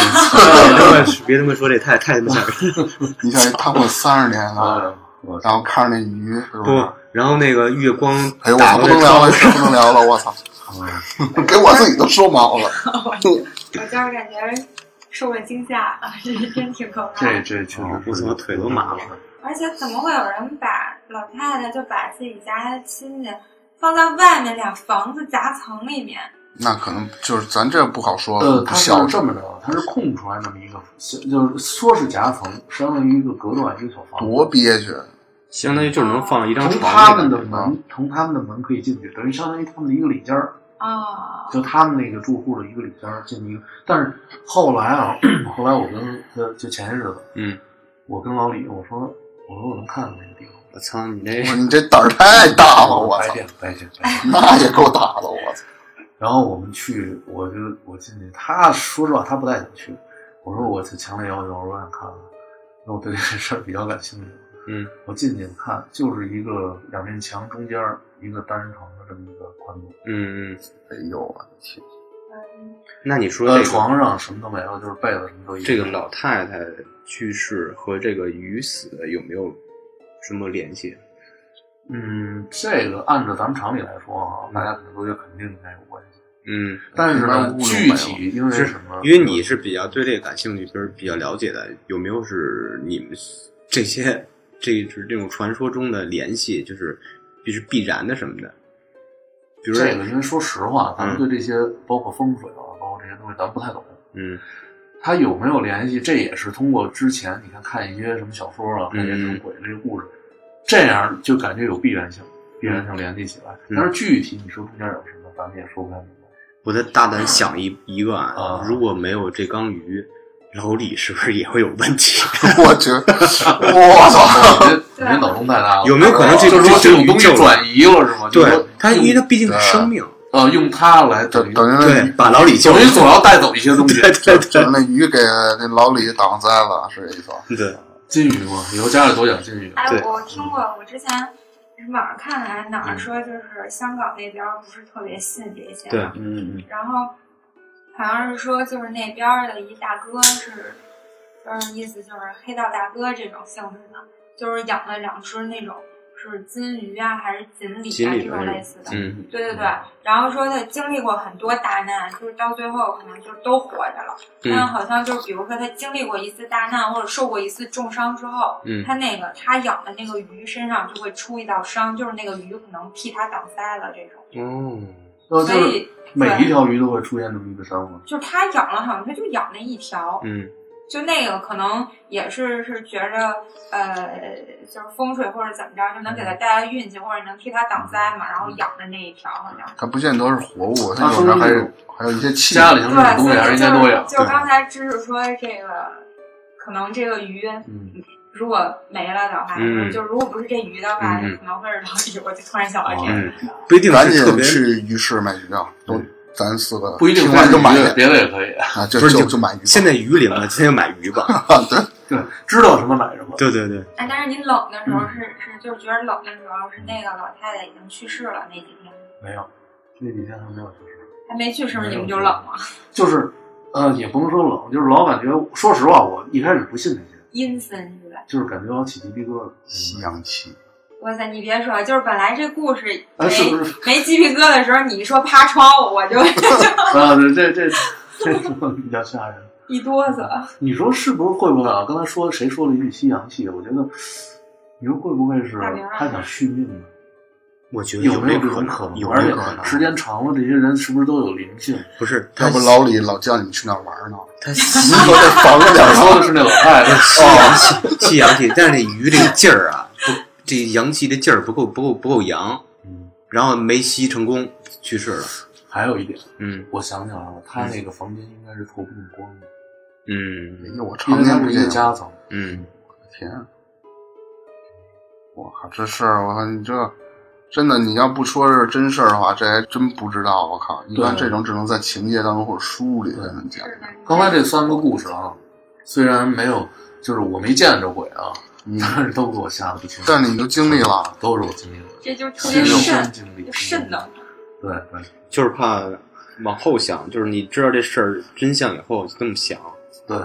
S2: 别他妈别他妈说这太太他妈吓人了。
S4: 你想他混三十年
S1: 哎
S4: 了，
S1: 呦，我
S4: 然后看着那鱼是不
S2: 不
S1: 嗯
S4: 是？，
S2: 然后那个月光
S4: 哎呦，我
S2: 打到
S4: 操不
S2: 这
S4: 能
S2: 窗
S4: 聊了，
S2: 户
S4: 不能聊了，我 操，
S1: 啊
S4: 给我自己都说毛了。
S3: 我就是感觉受了惊吓了，这是真挺可
S1: 这
S3: 怕的。
S1: 这确实
S2: 我
S1: 是，
S2: 怎么腿都麻了。
S3: 而且怎么会有人把老太太就把自己家的亲戚放在外面俩房子夹层里面？
S4: 那可能就是咱这不好说，
S1: 呃，
S4: 不
S1: 它是
S4: 孝顺
S1: 这么着，它是空出来那么一个，就是说是夹层，相当于一个隔断一个小房
S4: 多
S1: 子。
S4: 憋屈。
S2: 相当于就是能放一张
S1: 从
S2: 床
S1: 他
S2: 那
S1: 们
S2: 种
S1: 的门，从他们的门可以进去，等于相当于他们的一个里间儿，
S3: 啊、
S1: 就他们那个住户的一个里间儿进去一个。但是后来啊，后来我跟呃，就前些日子，
S2: 嗯，
S1: 我跟老李我说，我说我能看到那个地方，
S2: 我操，你这
S4: 我说你这胆儿太大了，啊我
S1: 白
S4: 操，
S1: 天白天白天。
S4: 那也够大的，我操。
S1: 然后我们去，我就我进去，他说实话他不带我去，我说我强烈要求，我说想看看，因为我对这事儿比较感兴趣。
S2: 嗯，
S1: 我进去看，就是一个两面墙中间儿一个单人床的这么一个宽度，
S2: 嗯，嗯
S4: 哎呦，我的天！
S2: 那你说
S1: 呃，
S2: 这个
S1: 床上什么都没有，就是被子什么都一
S2: 这个老太太去世和这个鱼死有没有什么联系？
S1: 嗯，这个按照咱们常理来说啊，大家可能都觉得肯定应该有关系，
S2: 嗯，
S1: 但是
S4: 一般
S1: 呢
S4: 屋，里
S1: 具
S4: 没有
S1: 体因为
S2: 是
S1: 什么？
S2: 因为你是比较对这个感兴趣，就是比较了解的，有没有是你们 这些这是这种传说中的联系，就是就是必然的什么的？比如说
S1: 这个，因为说实话，咱们
S2: 嗯
S1: 对这些包括风水啊，包括这些东西，咱不太懂。
S2: 嗯
S1: 它有没有联系？这也是通过之前你看看一些什么小说啊，看一些什么
S2: 嗯
S1: 鬼这些故事，这样就感觉有必然性，必然性联系起来。
S2: 嗯
S1: 但是具体你说中间有什么，咱们也说不太明 白。
S2: 我再大胆想一一个啊
S1: 啊，
S2: 如果没有这缸鱼，老李是不是也会有问
S1: 啊
S2: 题？
S4: 我去，我 操！
S1: 你这你这脑洞太大了，
S2: 有没有可能这
S1: 哦就是说
S2: 这
S1: 这
S2: 这
S1: 种东
S2: 这
S1: 西
S2: 种
S1: 转移了是吗？就
S2: 对
S1: 是说嗯
S2: 他，因为他毕竟是
S4: 对
S2: 生命，
S1: 呃用它来等
S4: 等
S1: 于
S4: 等于那
S2: 对，把老李救
S1: 等
S2: 了
S1: 于。嗯总要带走一些东西。
S2: 对对对
S4: 等于那鱼给那老李挡灾了，是这意思吧？
S2: 对，
S1: 金鱼嘛，以后家里多养金鱼。
S3: 哎
S2: 对，
S3: 我听过，我之前是网上看的还是哪儿说，就是香港那边儿不是特别信这些，
S2: 对
S1: 嗯嗯
S3: 然后好像是说就是那边儿的一大哥是，就是意思就是黑道大哥这种性质的，就是养了两只那种是金鱼啊还是锦鲤
S2: 锦
S3: 啊
S2: 鲤
S3: 这种类似的，
S2: 嗯，
S3: 对对对，然后说他经历过很多大难，就是到最后可能就都活着了。
S2: 嗯
S3: 但好像就是比如说他经历过一次大难或者受过一次重伤之后，
S2: 嗯
S3: 他那个他养的那个鱼身上就会出一道伤，就是那个鱼可能替他挡灾了这种。
S2: 哦，
S1: 呃，就
S3: 所
S1: 是
S3: 以
S1: 每一条鱼都会出现这么一个伤嘛。
S3: 就是他养了，好像他就养那一条，
S2: 嗯
S3: 就那个可能也是是觉着呃，就是风水或者怎么着，就能
S2: 嗯
S3: 给他带来运气，或者能替他挡灾嘛，然后养的那一条好像。
S4: 它不见得是活物，它
S2: 啊
S1: 它
S4: 有时候还
S1: 说
S4: 有
S1: 明
S4: 还有一些气。
S1: 家里头这种
S3: 对，
S1: 东
S3: 所
S1: 西
S3: 以
S1: 还
S3: 就是
S1: 应该多养。
S3: 就是
S1: 对
S3: 刚才知识说这个，可能这个鱼
S1: 嗯，
S3: 如果没了的话，
S2: 嗯
S3: 就如果不是这鱼的话，
S2: 嗯
S1: 哦
S3: 就可能会是老李。我就突然想到这个，
S2: 嗯，不一定
S4: 赶
S2: 是
S4: 紧
S2: 特别
S4: 去鱼市买鱼啊！都咱四个
S1: 不一定
S4: 听
S1: 非
S4: 完
S1: 是
S4: 就买
S1: 鱼
S4: 鱼
S1: 别的也可以。
S4: 啊，就
S2: 不是
S4: 就
S2: 就
S4: 就买鱼吧。
S2: 现在鱼龄了，现在买鱼吧。
S4: 对，
S1: 对，知道什么买什么。
S2: 对对对，
S3: 哎，但是你冷的时候是、是，就是觉得冷的时候是那个老太太已经去世了那几天，
S1: 没有，这几天还没有出事。
S3: 还没去世
S1: 没有
S3: 你们就冷了，
S1: 就是，呃，也不能说冷，就是老感觉，说实话，我一开始不信这些，
S3: 阴森欲来。
S1: 就是感觉老起鸡皮疙瘩。
S4: 西洋棋，
S3: 哇塞，你别说，就是本来这故事没、
S1: 哎，是不是？
S3: 没鸡皮疙瘩的时候，你一说趴窗，我就
S1: 啊，对，这这这 比较吓人。
S3: 一哆嗦。
S1: 你说是不是会不会啊？刚才说谁说了一句西洋戏？我觉得，你说会不会是
S3: 大明儿
S1: 他想续命呢？
S2: 我觉得
S1: 有没
S2: 这
S1: 有这
S2: 可
S1: 种
S2: 能？
S1: 能？
S2: 有
S1: 而
S2: 没
S1: 且
S2: 有可能？
S1: 时间长了，这些人是不是都有灵性？
S2: 不是他
S4: 要不 老李老叫你们去那儿玩呢？
S2: 他
S4: 你可得防着点
S1: 想
S4: 儿。
S1: 说的是那老太太。
S2: 吸阳气，吸阳气，但是那鱼这个劲儿啊，不，这阳气的劲儿不够，不够，不够阳，
S1: 嗯，
S2: 然后没吸成功，去世了。
S1: 还有一点，
S2: 嗯
S1: 我想想啊，他那个房间应该是透不进光的，
S4: 哎
S2: 嗯
S4: 呦，我
S1: 因
S4: 常
S1: 为他
S4: 年不
S1: 是
S4: 见
S1: 一个夹层。
S2: 嗯，
S4: 天啊，我靠，这事儿，我靠，你这真的，你要不说是真事儿的话，这还真不知道。我靠，一般
S1: 对
S4: 这种只能在情节当中或者书里才能讲。
S1: 刚才这三个故事啊，虽然没有，就是我没见着鬼啊，
S4: 嗯，
S1: 但是都给我吓得不轻。
S4: 但你都经历了，
S1: 都是我经历的，
S3: 这就是特
S1: 亲
S3: 别
S1: 身
S3: 瘆，
S1: 经历嗯
S3: 就，瘆得慌。
S1: 对对，
S2: 就是怕往后想，就是你知道这事儿真相以后就这么想。
S1: 对，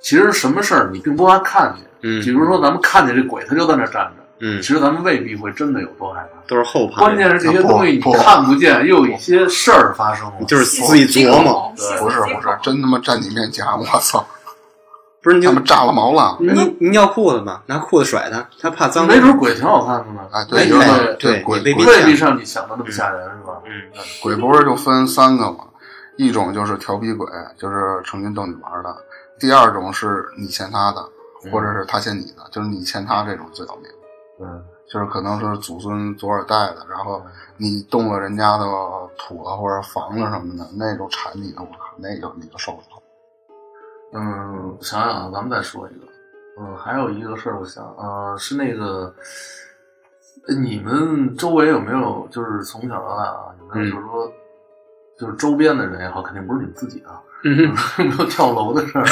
S1: 其实什么事儿你并不怕看见，
S2: 嗯，
S1: 比如说咱们看见这鬼，他就在那站着，
S2: 嗯
S1: 其，实咱们未必会真的有多害怕。
S2: 都是后怕的。
S1: 关键是这些东西你看不见，又有一些事儿发生了。
S2: 就是自己琢磨，
S1: 对
S4: 不是不是，真他妈站你面前，我操，
S2: 不是你
S4: 他
S2: 就
S4: 们炸了毛了。
S2: 你你尿裤子嘛，拿裤子甩他，他怕脏。
S1: 没准鬼挺好看的呢，
S4: 哎，
S1: 没
S4: 对，有
S1: 准
S2: 哎
S4: 点
S2: 对
S4: 鬼
S2: 你被
S4: 鬼
S2: 逼
S1: 未必像你想的那么吓人，是吧？
S2: 嗯
S4: 鬼不是就分三个吗？一种就是调皮鬼，就是成心逗你玩的；第二种是你欠他的，或者是他欠你的，就是你欠他这种最要命，
S1: 嗯，
S4: 就是可能是祖孙祖尔带的，然后你动了人家的土啊或者房了什么的，那种缠你的，我靠，那就你就受不了。
S1: 嗯，想想啊，咱们再说一个。嗯，还有一个事儿，我想，呃，是那个，呃你们周围有没有就是从小到大啊，有没有
S2: 嗯
S1: 就是说，就是周边的人也好，肯定不是你们自己啊，
S2: 嗯，
S1: 有没有跳楼的事儿？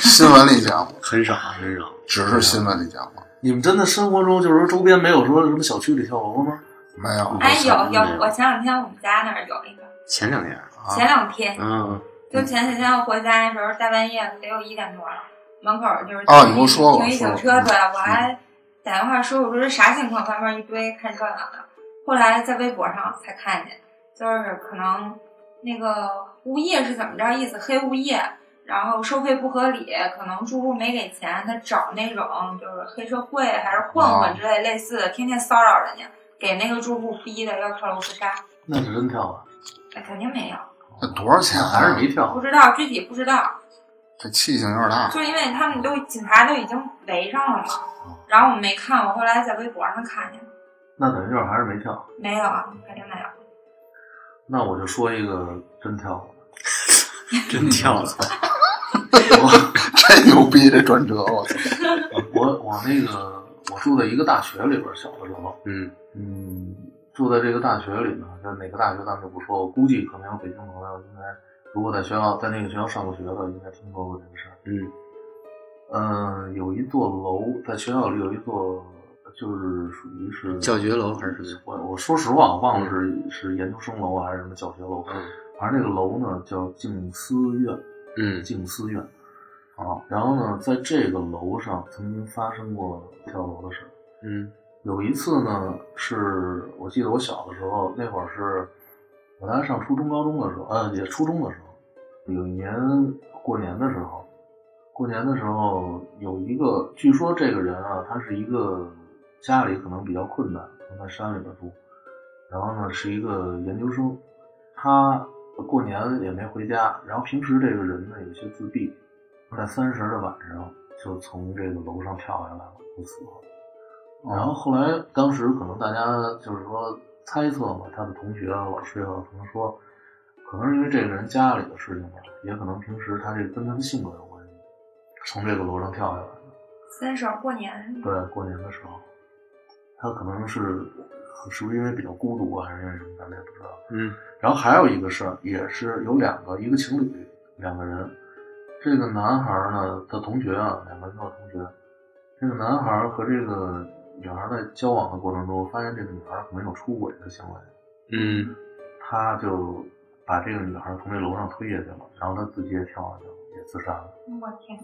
S4: 新闻里讲，
S2: 很少很少。
S4: 只是新闻里讲过，
S1: 你们真的生活中就是说周边没有说什么小区里跳楼吗？
S4: 没有。
S3: 哎，有有
S2: 嗯，
S3: 我前两天我们家那儿有一个，
S2: 前两年，
S4: 啊
S3: 前两天
S2: 嗯，
S3: 就前几天我回家的时候，大半夜得有一点多了，门口就是
S4: 哦你跟我嗯说过
S3: 停一警车，
S4: 说过
S3: 对我还打电话说我说这啥情况，旁边一堆看热闹的。后来在微博上才看见，就是可能那个物业是怎么着意思，黑物业，然后收费不合理，可能住户没给钱，他找那种就是黑社会还是混
S4: 啊
S3: 混之类类似的，天天骚扰人家，给那个住户逼的要跳楼自杀，
S1: 那是真跳啊，
S3: 哎肯定没有，
S4: 那多少钱啊
S1: 还是没
S3: 不
S1: 跳？
S3: 知道具体不知道。
S4: 这气性有点大，
S3: 就是因为他们都警察都已经围上了
S4: 哦
S3: 嘛，然后我没看，我后来在微博上看见，
S1: 那等于就是还是没跳。
S3: 没有啊，肯定没有。
S1: 那我就说一个真跳了。
S2: 真跳了。
S4: 这牛逼，这转折，我操！
S1: 我我那个我住在一个大学里边儿，小的时候，
S2: 嗯
S1: 嗯，住在这个大学里呢，就是哪个大学咱们就不说，我估计可能有北京的朋友应该，如果在学校在那个学校上过学的，应该听说过这个事儿。
S2: 嗯
S1: 嗯、有一座楼在学校里有一座，就是属于是
S2: 教学楼还是什么？
S1: 我我说实话，我忘了是、是研究生楼啊还是什么教学楼，
S2: 嗯
S1: 反正那个楼呢叫静思院。
S2: 嗯
S1: 静思院
S2: 哦
S1: 啊。然后呢，在这个楼上曾经发生过跳楼的事儿。
S2: 嗯
S1: 有一次呢，是我记得我小的时候，那会儿是我大概上初中、高中的时候，呃，也初中的时候，有一年过年的时候，过年的时候有一个，据说这个人啊，他是一个家里可能比较困难，可能在山里边住，然后呢是一个研究生，他过年也没回家，然后平时这个人呢有些自闭，在三十的晚上就从这个楼上跳下来了，就死了。
S4: 哦
S1: 然后后来，当时可能大家就是说猜测嘛，他的同学啊、老师啊，可能说，可能是因为这个人家里的事情吧，也可能平时他这跟他的性格有关系，从这个楼上跳下来的。
S3: 三十儿过年是吗？
S1: 对，过年的时候，他可能是是不是因为比较孤独啊，还是因为什么，咱们也不知道。
S2: 嗯，
S1: 然后还有一个事儿，也是有两个，一个情侣，两个人。这个男孩儿呢的同学啊，两个人都是同学。这个男孩儿和这个女孩儿在交往的过程中，发现这个女孩儿可能有出轨的行为，
S2: 嗯
S1: 他就把这个女孩儿从这楼上推下去了，然后他自己也跳下去了，也自杀了。
S3: 我天，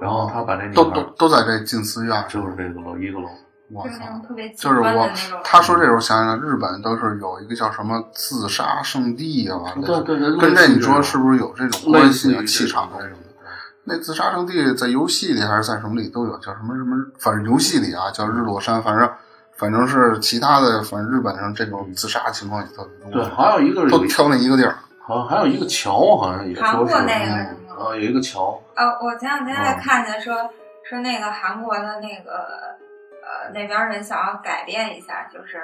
S1: 然后他把这女
S4: 都
S1: 孩
S4: 都
S1: 儿
S4: 都在这近寺院，
S1: 就是这个楼一个楼，
S4: 我
S3: 就是那
S4: 操
S3: 种！特别极
S4: 就是
S3: 端的
S4: 我
S3: 那种，。
S4: 他说这时候想想，日本都是有一个叫什么自杀圣地啊，完
S1: 对
S4: 了，
S1: 对对，
S4: 跟这你说
S1: 类似于
S4: 是不是有这种
S1: 种
S4: 关
S1: 类
S4: 系
S1: 似
S4: 啊？
S1: 于
S4: 气场啊
S1: 这
S4: 什么
S1: 种
S4: 的。那自杀圣地在游戏里还是在什么里都有，叫什么什么，反正游戏里啊叫日落山，反正反正是其他的，反正日本上这种自杀情况也特别
S1: 对，
S4: 多，啊
S1: 还有一个是有
S4: 都
S1: 一
S4: 挑那一个地儿。
S1: 好像还有一个桥，好像也
S3: 韩
S1: 说
S3: 国
S1: 是
S3: 那个
S1: 嗯
S3: 是吗
S1: 啊，有一个桥，
S3: 呃，我前两天
S4: 哦
S3: 还看见说、说那个韩国的那个呃那边人想要改变一下，就是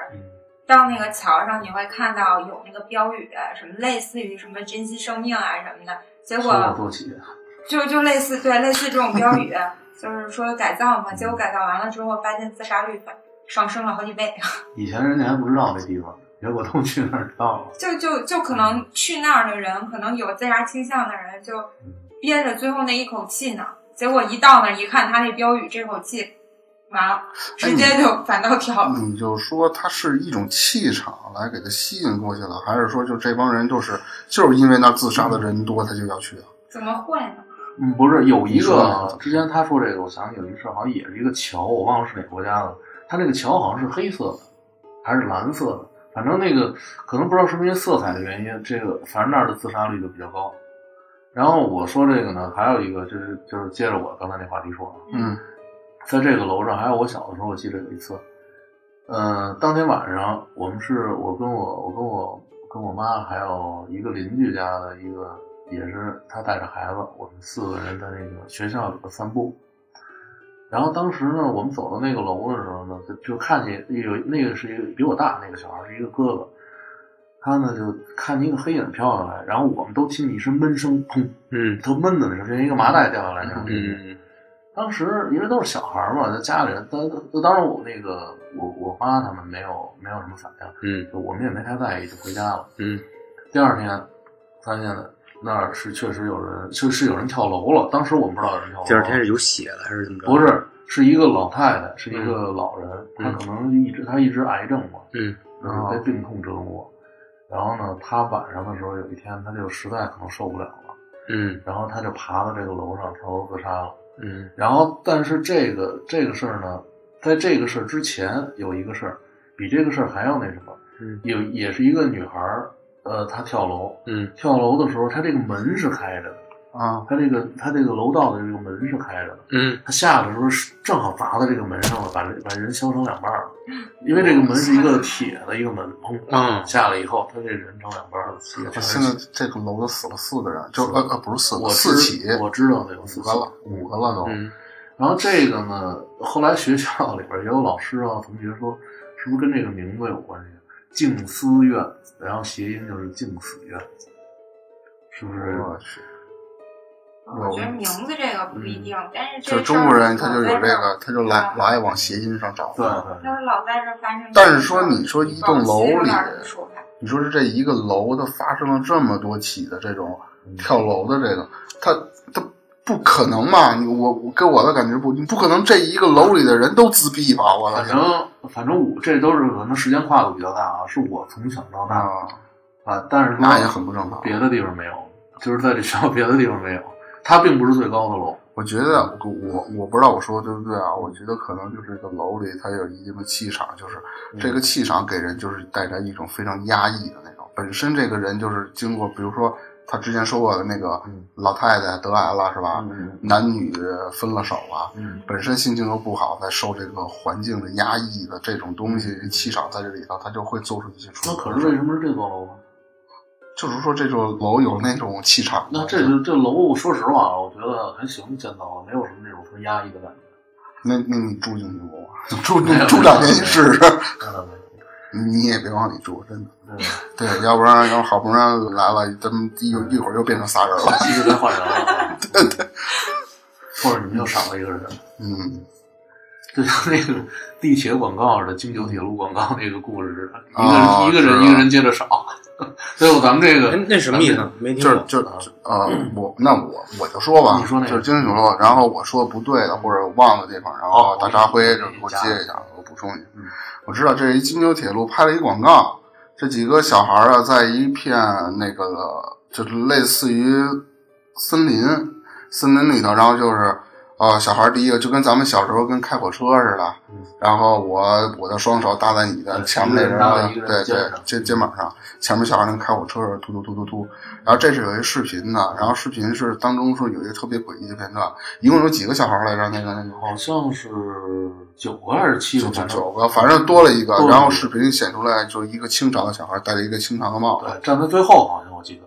S3: 到那个桥上你会看到有那个标语，什么类似于什么珍惜生命啊什么的，结
S1: 从
S3: 果
S1: 我做起。
S3: 就就类似对类似这种标语，就是说改造嘛，结果改造完了之后，发现自杀率上升了好几倍，
S1: 以前人家还不知道这地方， 结果都去那儿知道了。
S3: 就就就可能去那儿的人，可能有自杀倾向的人，就憋着最后那一口气呢，结果一到那儿一看他那标语，这口气完了，直接就反倒跳了。
S4: 你就说它是一种气场来给它吸引过去了，还是说就这帮人就是就是因为那自杀的人多，他就要去啊？
S3: 怎么会呢？
S1: 嗯，不是有一
S4: 你说
S1: 个
S4: 呢
S1: 啊之前他说这个，我想起有一事儿，好像也是一个桥，我忘了是哪个国家的。他那个桥好像是黑色的，还是蓝色的，反正那个可能不知道是不是因为色彩的原因，这个反正那儿的自杀率就比较高。然后我说这个呢，还有一个就是就是接着我刚才那话题说啊，
S4: 嗯，
S1: 在这个楼上，还有我小的时候，我记得有一次，呃，当天晚上我们是我跟我我跟我跟我妈还有一个邻居家的一个，也是她带着孩子，我们四个人在那个学校里头散步。然后当时呢，我们走到那个楼的时候呢，就就看见有那个是一个比我大那个小孩是一个哥哥，他呢就看见一个黑影飘下来，然后我们都听见一声闷声，砰，
S2: 嗯
S1: 都闷的那声，就像一个麻袋掉下来那种。
S2: 嗯
S1: 当时因为都是小孩儿嘛，在家里人，当当然我那个我我妈他们没有没有什么反应，
S2: 嗯
S1: 就我们也没太在意，就回家了。
S2: 嗯
S1: 第二天发现那儿是确实有人，是是有人跳楼了。当时我们不知道有人跳楼了，啊
S2: 第二天是有血了还是怎么着？
S1: 不是是一个老太太，是一个老人，她可能一直她一直癌症嘛，
S2: 嗯
S1: 然后被病痛折磨。然后呢，她晚上的时候有一天，她就实在可能受不了了，
S2: 嗯
S1: 然后她就爬到这个楼上跳楼自杀了。
S2: 嗯
S1: 然后，但是这个这个事儿呢，在这个事儿之前有一个事儿，比这个事儿还要那什么，
S2: 嗯
S1: 有也是一个女孩儿，呃，她跳楼，
S2: 嗯
S1: 跳楼的时候，她这个门是开着的，
S4: 啊，
S1: 她这个她这个楼道的这个门是开着的，
S2: 嗯
S1: 她下来的时候是正好砸到这个门上了，把这把人削成两半儿了，因为这个门是一个铁的一个门，砰，
S2: 啊
S1: 下来以后，她这人成两半儿了，也
S4: 我
S1: 全
S4: 嗯现
S1: 是
S4: 在
S1: 血
S4: 这个楼子死了四个人，就
S1: 死
S4: 呃
S1: 了
S4: 呃不是四个
S1: 我
S4: 四
S1: 知
S4: 起，
S1: 我知道的有四
S4: 五个了，五个了都。
S2: 嗯
S1: 然后这个呢，后来学校里边也有老师啊、同学说，是不是跟这个名字有关系？啊静思院，然后谐音就是静死院，是不是？
S4: 我去，
S3: 我觉得名字这个不一定，但是
S4: 嗯就
S3: 这
S4: 是中国人他就有
S3: 事儿
S4: 这个，他就老
S3: 对
S4: 老爱往谐音上找。
S1: 对，对
S3: 就是老在这儿发生。
S4: 但是说你说一栋楼里
S3: 说法
S4: 你说是这一个楼，它发生了这么多起的这种
S1: 嗯
S4: 跳楼的这个，它它不可能嘛？你我我给我的感觉不，你不可能这一个楼里的人都自闭吧？我的
S1: 反
S4: 天
S1: 正反正我这都是可能时间跨度比较大啊，是我从小到大
S4: 啊，
S1: 啊，但是
S4: 那也
S1: 说
S4: 很不正常。
S1: 别的地方没有，就是在这学校别的地方没有，它并不是最高的楼，
S4: 我觉得我我我不知道我说的对不对啊？我觉得可能就是这个楼里它有一定的气场，就是
S1: 嗯
S4: 这个气场给人就是带来一种非常压抑的那种。本身这个人就是经过，比如说他之前说过的那个
S1: 嗯
S4: 老太太得癌了是吧？
S1: 嗯
S4: 男女分了手啊，
S1: 嗯
S4: 本身心情就不好，再受这个环境的压抑的这种东西气场在这里头，他就会做出一些出
S1: 嗯那
S4: 格
S1: 可
S4: 的
S1: 是为
S4: 事。
S1: 什么是这座楼啊呢？
S4: 就是说这种楼有那种气场，
S1: 那这个这楼，我说实话啊，我觉得还行，建造的没有什么那种特压抑的感觉。
S4: 那那你住进去过吗？ 住你
S1: 没有
S4: 住两天你啊试试。
S1: 嗯
S4: 你也别往里住，真的。
S1: 对，
S4: 对，要不然要是好不容易来了，咱们一一会儿又变成仨人 了。
S1: 其实该 换人了啊。或者你们又少了一个人。
S4: 嗯，
S1: 就像那个地铁广告似的，京九铁路广告那个故事似的，一个人、
S4: 哦
S1: 一个
S4: 知道
S1: 人一个人接着少。 所以咱们这
S2: 哎
S1: 个
S2: 那什么意
S1: 啊
S2: 思？没听
S4: 就是
S2: 懂。
S4: 就是呃，我那我我就说吧，
S1: 你说那个
S4: 就是金牛座，然后我说的不对的或者我忘了地方，然后
S1: 哦
S4: 大扎辉就给我接一下，我补充一下。嗯我知道这是一金牛铁路拍了一广告，这几个小孩儿啊，在一片那个就是类似于森林，森林里头，然后就是。啊、小孩儿第一个就跟咱们小时候跟开火车似的，然后我我的双手搭在你的
S1: 嗯对
S4: 前面那
S1: 一个
S4: 人
S1: 人搭在
S4: 的
S1: 一个人
S4: 对
S1: 的肩
S4: 对
S1: 上
S4: 肩肩膀上，前面小孩儿能开火车似的突突突突突，然后这是有一视频的，然后视频是当中是有一个特别诡异的片段，一共有几个小孩儿来着？那个那个
S1: 好像是九个还是七个，
S4: 九
S1: 反正
S4: 九九个，反正多了一个
S1: 多了一。个
S4: 然后视频显出来就是一个清朝的小孩戴着一个清朝的帽子，
S1: 对，站在最后好像我记得，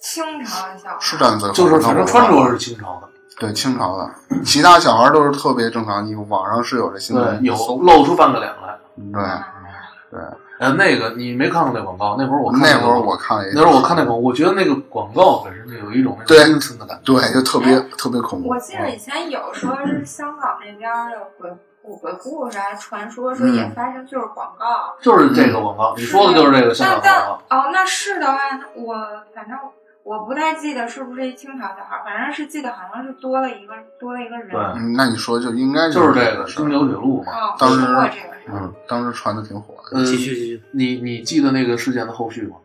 S3: 清朝的小啊
S4: 是站最后，
S1: 就是反正穿着是
S4: 是
S1: 清朝的，
S4: 对清朝的，其他小孩都是特别正常的衣服。网上是有这新
S1: 对，
S4: 闻，
S1: 有嗯
S4: 搜
S1: 露出半个脸来。
S4: 对。
S3: 孩，
S1: 呃，那个你没看过那广告，那会儿我看
S4: 那会
S1: 个广
S4: 儿
S1: 告
S4: 我看了一，
S1: 那会儿我看那广告，我觉得那个广告本身就有一种那
S4: 对
S1: 种阴森的感觉。
S4: 对，就特别特别恐怖。
S3: 哎我记得以
S4: 嗯
S3: 前有说是香港那边儿有鬼故鬼故事，还传说说
S1: 嗯
S3: 也发生就是广告。
S1: 就是这个广告，你说的就是这个香港
S3: 但
S1: 广
S3: 但
S1: 告。
S3: 哦，那是的话，那我反正我不太记得是不是一清朝小孩儿，反正是记得好像是多了一个多了一个人。
S1: 对
S3: 哦，
S4: 嗯那你说就应该
S1: 就是这
S4: 这
S1: 个嗯
S4: 事儿
S1: 京九铁路嘛。
S3: 我
S4: 当时
S3: 听哦过这个事儿
S4: 嗯，当时传的挺火的。
S1: 呃，
S2: 嗯继续继续。
S1: 你你记得那个事件的后续吗？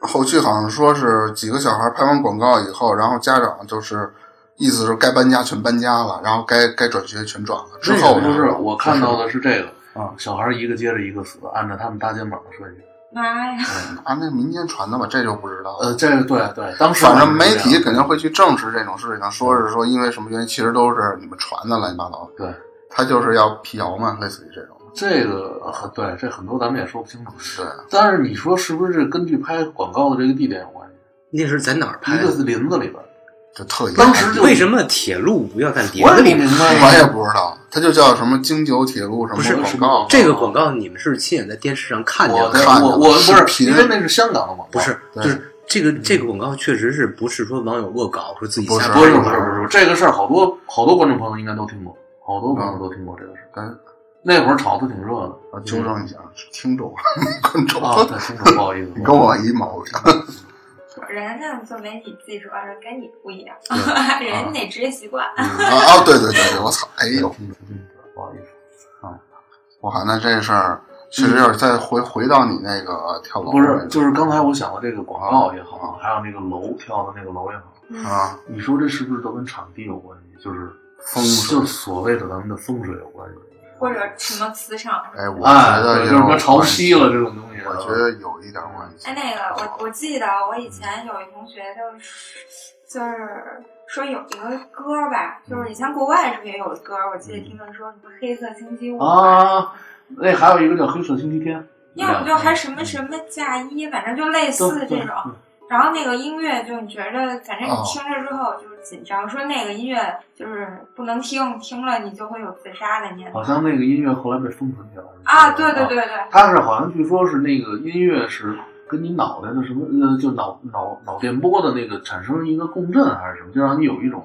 S4: 后续好像说是几个小孩拍完广告以后，然后家长就是意思是该搬家全搬家了，然后该该转学全转了。之后
S1: 不是，我看到的是这个
S4: 啊
S1: 小孩一个接着一个死，按照他们搭肩膀的顺序。
S3: 妈呀！
S4: 啊，那民间传的吧，这就不知道了。
S1: 呃，这个对对，当时
S4: 反正媒体
S1: 好像是这样
S4: 肯定会去证实这种事情，说是说因为什么原因，其实都是你们传的乱七八糟的。
S1: 对，
S4: 他就是要辟谣嘛，类似于这种。
S1: 这个很对，这很多咱们也说不清楚。
S4: 对，
S1: 但是你说是不是根据拍广告的这个地点有关系？
S2: 那是在哪儿拍
S1: 一个
S2: 的？
S1: 是林子里边，
S4: 就特意
S1: 当时就
S2: 为什么铁路不要在碟
S1: 我也
S2: 子
S1: 不
S2: 里
S1: 明
S2: 面？
S1: 白
S4: 啊我也不知道，他就叫什么京九铁路什
S2: 不是
S4: 么广告，
S2: 这个广告，你们是亲眼在电视上看见
S1: 我
S2: 的
S1: 的，
S4: 看见
S1: 我
S4: 了
S1: 我不
S4: 视
S1: 是
S4: 频
S1: 因为那是香港的广告，
S2: 不是？
S4: 对
S2: 就是这个这个广告确实是不是说网友恶搞说自己
S4: 不
S2: 瞎
S4: 是
S1: 不
S2: 拍
S1: 是
S2: 的
S1: 不是不是，这个事儿好多好多观众朋友应该都听过，好多朋友都听过这个事儿。
S4: 嗯
S1: 那会儿炒的挺热的
S4: 我啊纠正一下，是听众 观众，
S1: 啊，对，清楚，不好意思，
S4: 哦 你跟我一毛病。
S3: 人家做媒体记者跟你不一样，
S4: 对
S3: 人家得职业习惯。
S4: 啊啊，对对对对，我操！哎呦，
S1: 不好意思，
S4: 我靠，那这事儿确实有点再回回到你那个跳楼
S1: 嗯不
S4: 那
S1: 是
S4: 个，
S1: 就是刚才我想的这个广告也好，
S4: 嗯
S1: 还有那个楼跳的那个楼也好，
S4: 啊，
S1: 你说这是不是都跟场地有关系？就是
S4: 风水
S1: 就是所谓的咱们的风水有关系。
S3: 或者什么磁场。
S4: 哎，我
S1: 哎，对
S4: 觉
S1: 就
S4: 得有
S1: 是什么潮汐了这种
S4: 种
S1: 东西啊，
S4: 关系，我觉得有一点关系
S3: 哎，。那个我我记得我以前有一同学就是就是说有一个歌吧，就是以前国外是不是也有歌？我记得听他们说什么黑色星期五，
S1: 啊，那还有一个叫黑色星期天，
S3: 要不就还什么什么嫁衣，反正就类似这种。然后那个音乐就你觉着，反正你
S4: 哦
S3: 听着之后就是紧张，说那个音乐就是不能听，听了你就会有自杀的念头
S1: 好像那个音乐后来被封存起来了
S3: 啊！对对，对对，
S1: 它是好像据说是那个音乐是跟你脑袋的什么呃，就脑脑脑电波的那个产生一个共振还是什么，就让你有一种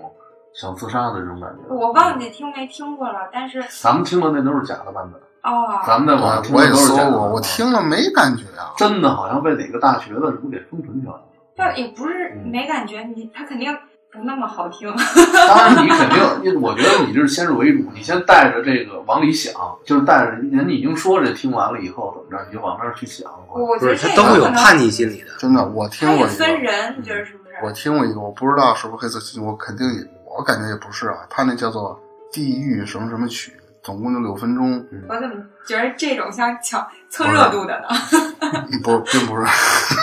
S1: 想自杀的这种感觉。
S3: 我忘记听没听过了，但是
S1: 咱们听的那都是假的版本，
S3: 哦，
S1: 咱们在网上
S4: 对，
S1: 听
S4: 我
S1: 的
S4: 也
S1: 都是
S4: 搜
S1: 假的。啊
S4: 过，我听了没感觉啊。
S1: 真的好像被哪个大学的什么给封存 起来了。
S3: 但也不是
S1: 嗯
S3: 没感觉，你他肯定不那么好听。
S1: 当然，你肯定，因为我觉得你这是先入为主，你先带着这个往里想，就是带着人家已经说这听完了以后怎么着，你就往那儿去想。
S3: 我
S2: 不
S3: 觉得
S2: 是，
S3: 这
S2: 他
S3: 个
S2: 都会有
S3: 可能
S2: 叛逆心理的。
S4: 真的，我听
S3: 它也
S4: 过一
S3: 分
S4: 个，
S3: 人，你觉得是不是？
S4: 我听过一个，我不知道是不是黑色星期，我肯定也，我感觉也不是啊。他那叫做《地狱什么什么曲》，总共就六分钟。
S3: 我怎么觉得这种像抢蹭热度的呢？
S4: 不，并不是，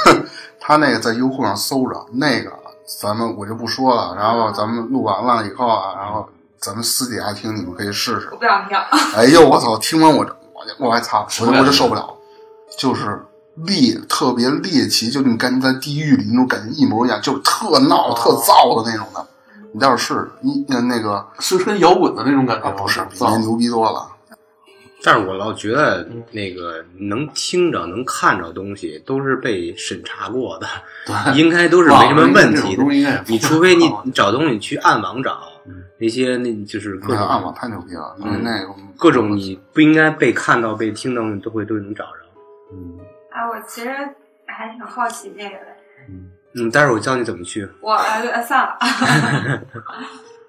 S4: 他那个在优酷上搜着那个，咱们我就不说了。然后咱们录完了以后啊，然后咱们私底下听，你们可以试试
S3: 我。不想听。
S4: 哎呦，我操！听完我这，我就我还操，我就我就受不了了，就是猎，特别猎奇，就你感觉在地狱里那种感觉一模一样，就是特闹、特燥的那种的。你倒是试试，一那那个
S1: 是跟摇滚的那种感觉
S4: 啊，
S1: 吗，
S4: 不是比
S1: 造
S4: 那牛逼多了。
S2: 但是我老觉得
S4: 嗯
S2: 那个能听着、能看着的东西都是被审查过的，
S1: 对，
S2: 应该都是没什么问
S1: 这种
S2: 题的。
S1: 东西应该也不
S2: 你除非你
S1: 好
S2: 你找东西去暗网找
S1: 嗯，
S2: 你那些那就是各
S4: 那个暗
S2: 种
S4: 网太牛逼了，那
S2: 嗯
S4: 那个
S2: 各种你不应该被看到、被听到，你都会都能找着。
S1: 嗯
S3: 啊，我其实还挺好奇这个的。
S1: 嗯，
S2: 嗯，待会儿我教你怎么去。
S3: 我呃算了，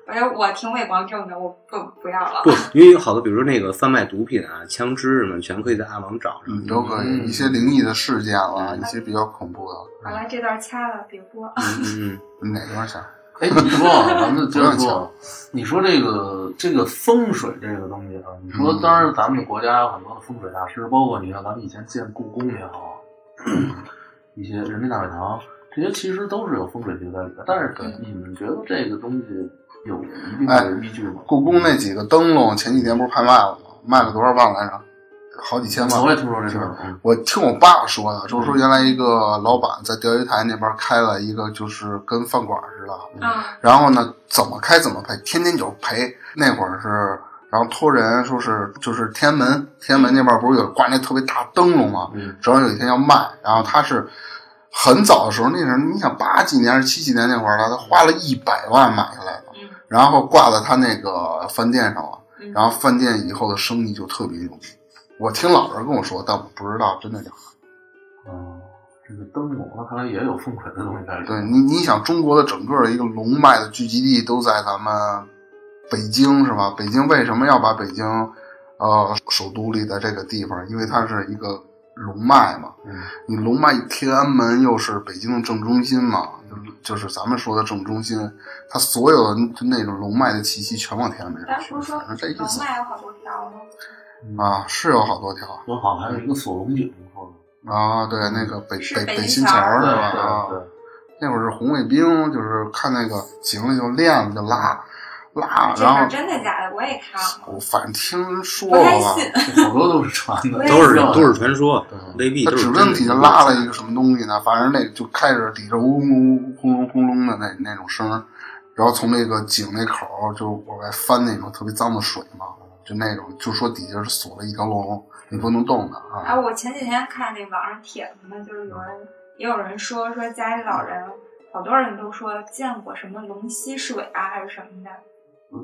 S3: 我说我挺伪光正的，我不不要了
S2: 不。，因为有好多，比如说那个贩卖毒品啊、枪支什么，全可以在暗网找着。
S4: 嗯都可以，
S1: 嗯
S4: 一些灵异的事件啊了，一些比较恐怖的，
S3: 完了这段掐了，别播。
S2: 嗯嗯
S4: 哪段想？
S1: 哎，你说啊，咱们接着
S4: 不
S1: 说
S4: 让
S1: 啊，你说这个这个风水这个东西啊，你说
S4: 嗯
S1: 当然咱们国家有很多的风水大师，包括你看咱们以前建故宫也好，
S4: 嗯
S1: 一些人民大会堂，这些其实都是有风水学在里边。但是你们觉得这个东西有一定的依据吗？
S4: 哎故宫那几个灯笼前几年不是拍卖了吗？卖了多少万来着？好几千万。
S1: 啊我也听说这事儿了，嗯
S4: 我听我爸说的，就是说原来一个老板在钓鱼台那边开了一个，就是跟饭馆似的。
S3: 啊，
S4: 然后呢，怎么开怎么赔，天天就赔。那会儿是，然后托人说是就是天安门，天安门那边不是有挂那特别大灯笼吗？
S1: 嗯
S4: 正好有一天要卖，然后他是很早的时候，那人你想八几年还是七几年那会儿了，他花了一百万买下来的，
S3: 嗯
S4: 然后挂在他那个饭店上了，
S3: 嗯
S4: 然后饭店以后的生意就特别牛逼。我听老人跟我说，但我不知道真的假的。
S1: 哦，这个灯笼，那啊看来也有风水的东西在里
S4: 对
S1: 边。
S4: 你，你想中国的整个一个龙脉的聚集地都在咱们北京是吧？北京为什么要把北京呃首都立在这个地方？因为它是一个龙脉嘛。
S1: 嗯
S4: 你龙脉天安门又是北京的正中心嘛，就是咱们说的正中心，它所有的那种龙脉的气息全往天安门上
S3: 咱
S4: 去，
S3: 不是说
S4: 反正这意
S3: 龙
S4: 思
S3: 脉有好多条吗？
S4: 啊，是有好多条
S1: 我好像还有一个锁龙井，你说
S4: 啊，对，那个北
S3: 是
S4: 北
S3: 北
S4: 北
S3: 京
S4: 新
S3: 桥
S4: 桥
S1: 的
S4: 是吧？啊
S1: 对，对对，
S4: 那会儿是红卫兵，就是看那个行了就练就拉拉，
S3: 这事
S4: 然
S3: 儿
S4: 后
S3: 真的假的？我也看了，
S4: 我反正听说
S3: 不太
S4: 了吧，
S3: 信。
S1: 这好多都是传的，
S2: 都是
S1: 对
S2: 都是传说，未必
S4: 他
S2: 都是
S4: 指
S2: 真
S4: 不
S2: 的。
S4: 定底下拉了一个什么东西呢，反正那就开始底下嗡嗡轰隆轰隆的那那种声儿，然后从那个井那口儿就往外翻那种特别脏的水嘛，就那种就说底下是锁了一条龙，你不能动的
S3: 哎，
S4: 啊。
S3: 我前几天看那网上帖子嘛，就是有人也有人说说家里老人，好多人都说见过什么龙吸水啊，还是什么的，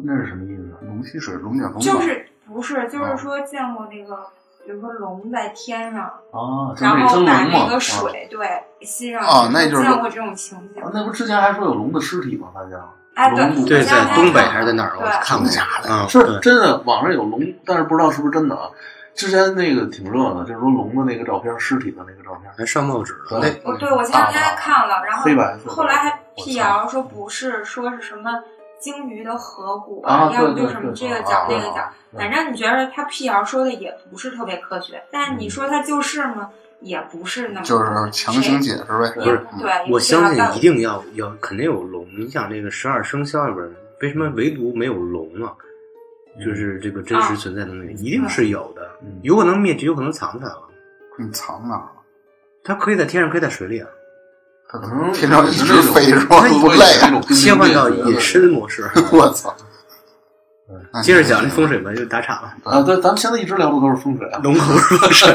S1: 那是什么意思啊？
S4: 龙吸水，龙卷风嘛，
S3: 就是不是
S1: 啊
S3: 就是说见过那个，比如说龙在天上，
S1: 啊，就
S3: 然
S1: 那
S3: 后
S1: 蒸
S3: 把
S1: 笼嘛
S3: 那。个水对吸上去，
S4: 哦那就是
S3: 见过这种情景
S1: 啊，。那不之前还说有龙的尸体吗？大家
S3: 哎，
S1: 龙骨
S2: 对，
S3: 对，我前两
S2: 在
S3: 天
S2: 东北
S3: 看
S2: 还是在哪儿？我
S3: 对，
S2: 看过
S4: 真的
S2: 啊，
S1: 是
S2: 对
S1: 真的，网上有龙，但是不知道是不是真的啊。之前那个挺热闹，就是说龙的那个照片，尸体的那个照片，
S2: 还上报纸了。
S1: 对
S2: 那
S3: 我对我前两天还看了，然后
S1: 啊黑白色的
S3: 后来还辟谣说不是，说是什么鲸鱼的颌骨
S1: 啊对
S3: 要不就
S1: 对
S3: 什么
S1: 对
S3: 这个
S1: 啊
S3: 角那
S1: 对
S3: 个
S1: 啊
S3: 角，
S4: 嗯
S1: 对
S3: 反正你觉得他辟谣说的也不是特别科学，但是你说他就是吗？也不是那么
S4: 嗯就是强行解释呗，嗯
S1: 对
S2: 不是
S3: 对，
S2: 我相信一
S3: 定
S2: 定要要肯定有龙。你想这个十二生肖里边，为什么唯独没有龙啊？就是这个真实存在的东西，一定是有的
S1: 嗯，
S2: 有可能灭绝，有可能藏起来了。
S4: 你藏哪儿了？
S2: 它可以在天上，可以在水里 啊，
S4: 它可
S1: 可
S4: 能
S1: 能
S4: 天上一直飞是吧？不累啊，
S2: 切换到野生模 式。
S4: 我操！哎那
S2: 嗯接着讲这风水吧，就打岔了。
S1: 啊。对，咱们现在一直聊的都是风水啊。
S2: 龙口是不是？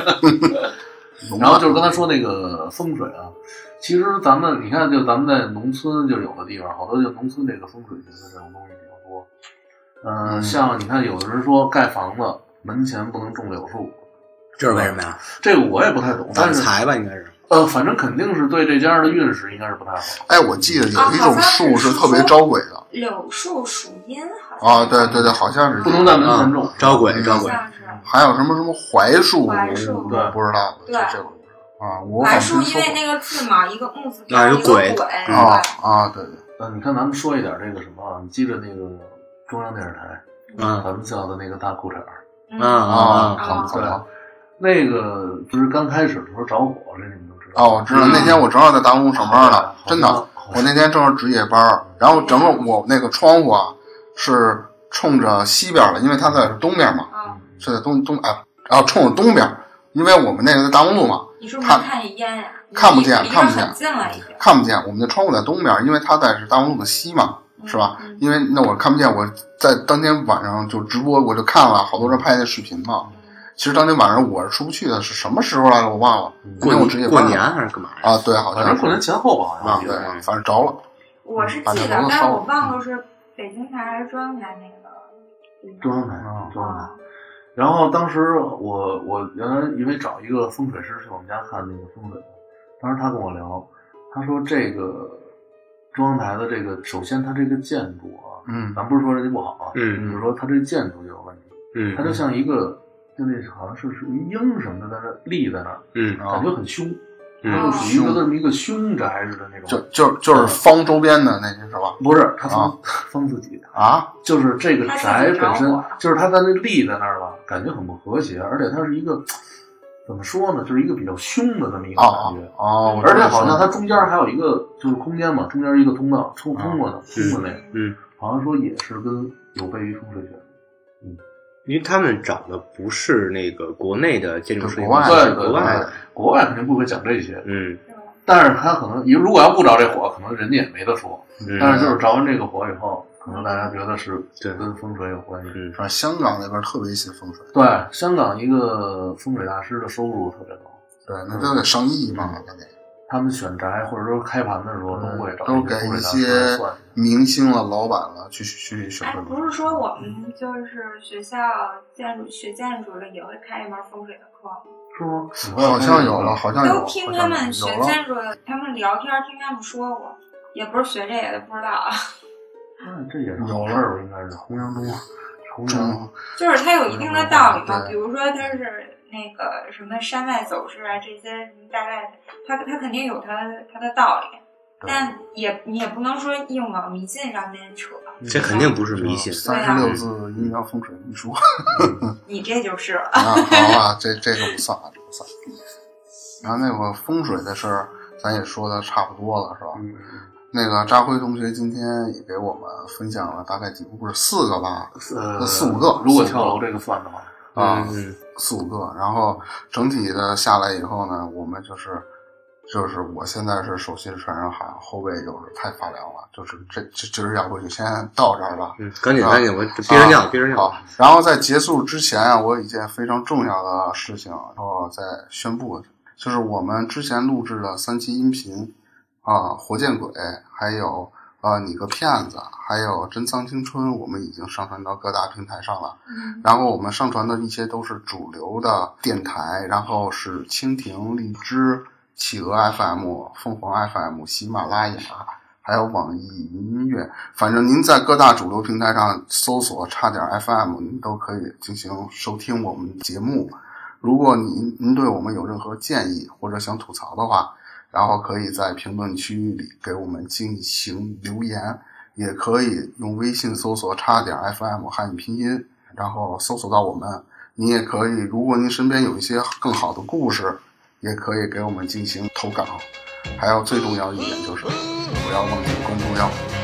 S1: 然后就是刚才说那个风水啊，其实咱们你看，就咱们在农村，就有的地方好多就农村这个风水学的这种东西比较多。嗯，
S4: 嗯
S1: 像你看，有的人说盖房子门前不能种柳树，
S2: 这是为什么 呀？
S1: 这个我也不太
S4: 嗯
S1: 懂，
S2: 挡
S1: 但是
S2: 财吧，应该是。
S1: 呃，反正肯定是对这家的运势应该是不太好。
S4: 哎，我记得
S3: 啊
S4: 有一种树是特别招鬼的
S3: 柳树属阴，好像
S4: 啊，对对对，嗯好像是
S1: 不能在门
S2: 啊
S4: 嗯
S1: 前种。
S2: 招鬼，招
S3: 好
S2: 鬼。
S3: 像是
S4: 还有什么什么槐树，
S3: 槐
S4: 我
S3: 树
S4: 我不知道，
S3: 对
S4: 就这个啊，我
S3: 槐
S4: 反
S3: 树，
S4: 正
S3: 因为
S4: 听说
S3: 那个字嘛，一个木字
S2: 啊
S3: 边，
S2: 有
S3: 一个
S2: 鬼
S3: 鬼，
S4: 过
S3: 对
S4: 啊啊，对对，
S1: 嗯，你看咱们说一点这个什么啊，你记着那个中央电视台
S2: 啊
S1: 咱们叫的那个大裤衩儿，
S3: 嗯
S2: 啊啊！
S4: 好
S3: 啊
S4: 好好，
S1: 那个不是刚开始的时候着火，这你们都知道。
S4: 哦，我知
S2: 嗯
S4: 道那天我正好在大公上班呢，真的，
S1: 好
S4: 我那天正好值夜班，然后整个我那个窗户啊是冲着西边的，因为它在东边嘛，
S3: 啊！
S4: 是在东东啊，然后冲着东边，因为我们那个在大公路嘛，
S3: 你是不是
S4: 看
S3: 没看见烟呀？
S4: 看不见
S3: 你离
S4: 看不见
S3: 得很近了已经，
S4: 看不见，我们的窗户在东边，因为它在是大望路的西嘛，是吧？
S3: 嗯
S4: 因为那我看不见，我在当天晚上就直播，我就看了好多人拍的视频
S3: 嗯
S4: 嘛。其实当天晚上我是出不去的，是什么时候来着？我忘了。
S2: 过
S4: 那天我直接
S2: 年过
S4: 关了
S2: 年还是干嘛呀？
S4: 啊，对，好
S1: 反
S4: 像
S1: 正
S4: 是
S1: 过年前后吧，好
S4: 啊，
S1: 像
S4: 对，反正着了。
S3: 我是
S4: 把那
S3: 记得
S4: 笼，子
S3: 但是
S4: 烧了嗯
S3: 我忘了是北京台还是中央台那个地方。
S1: 中央台
S4: 啊，
S1: 中央台。然后当时我我原来因为找一个风水师去我们家看那个风水，当时他跟我聊，他说这个中央台的这个，首先它这个建筑啊，
S4: 嗯
S1: 咱不是说人家不好啊，
S2: 嗯
S1: 就是说它这建筑就有问题，
S2: 嗯
S1: 它就像一个就那好像是是一鹰什么的在那立在那儿，
S2: 嗯
S4: 啊
S1: 感觉很凶，
S2: 嗯
S1: 就属于一个这么一个凶宅似的那
S4: 就
S1: 种。
S4: 就就是方周边的那些是吧？
S1: 不是，他
S4: 啊
S1: 封封 自己，
S4: 啊，
S1: 就是这个宅本身
S3: 它自己着火，
S1: 就是它在那立在那儿吧，感觉很不和谐，而且它是一个怎么说呢，就是一个比较凶的这么一个感
S4: 哦
S1: 觉，
S4: 哦哦，我知道
S1: 而且好像它中间还有一个就是空间嘛，中间一个通道冲通
S4: 哦
S1: 过的通过那个，
S2: 嗯，
S1: 好像说也是跟有悖于风水学。
S2: 因为他们找的不是那个国内的建筑师，
S4: 国外
S2: 是
S1: 对
S2: 国
S1: 对
S2: 外的，
S1: 对，国外肯定不会讲这些，
S2: 嗯
S1: 但是他可能如果要不着这火，可能人家也没得说。
S2: 嗯，
S1: 但是就是着完这个火以后，可能大家觉得是
S2: 对
S1: 跟风水有关系。
S2: 嗯
S4: 反正香港那边特别信风水，
S1: 对，香港一个风水大师的收入特别高，
S4: 对，那都得上亿嘛，那得
S1: 他们选宅或者说开盘的时候嗯都会找
S4: 都
S1: 个
S4: 给
S1: 风水大
S4: 一
S1: 师来
S4: 些
S1: 算一下。
S4: 明星了、老板了去去去选
S3: 哎
S4: 风，水。
S3: 不是说我们就是学校建筑学建筑的也会开一门风水的课吗？
S1: 是吗？
S4: 好像有了，好像有，
S3: 都
S4: 好
S3: 听他
S4: 像
S3: 们
S4: 有
S3: 学
S4: 了。
S3: 建筑的，他们聊天儿听他们说过，也不是学这个的，不知道啊。
S1: 那嗯这也是好事儿，应该是弘扬中华，弘扬
S4: 中
S3: 就是它有一定的道理嘛，
S4: 嗯对
S3: 比如说它是那个什么山外走势啊，这些大概它它肯定有它它的道理，
S1: 对
S3: 但也你也不能说硬往迷信上面扯，
S2: 这肯定不是迷信，
S4: 三
S3: 啊
S4: 十六字阴阳风水一书
S3: 你这就是 了。
S4: 啊，好啊，这这个不算，这不算。然后那个风水的事儿，咱也说的差不多了，是吧？
S1: 嗯
S4: 那个扎辉同学今天也给我们分享了大概几个故事，四个吧，
S1: 呃
S4: 四五个
S1: 如果跳楼这个算的话，
S4: 啊，
S2: 嗯
S4: 四五个。然后整体的下来以后呢，我们就是就是我现在是手心传上寒，后背就是太发凉了，就是这这今儿要不就先到这儿吧。
S2: 嗯，赶紧赶紧，我憋着尿憋着
S4: 好
S2: 尿，，
S4: 然后在结束之前啊，我有一件非常重要的事情要再宣布，就是我们之前录制的三期音频啊，《活见鬼》，还有呃，你个骗子，还有《真脏青春》，我们已经上传到各大平台上了。
S3: 嗯
S4: 然后我们上传的一些都是主流的电台，然后是蜻蜓、荔枝、企鹅 FM、凤凰 FM、喜马拉雅，还有网易云音乐。反正您在各大主流平台上搜索“差点 FM”，您都可以进行收听我们节目。如果您您对我们有任何建议或者想吐槽的话，然后可以在评论区里给我们进行留言，也可以用微信搜索“差点 FM” 汉语拼音，然后搜索到我们。您也可以，如果您身边有一些更好的故事，也可以给我们进行投稿。还有最重要一点就是，不要忘记关注要。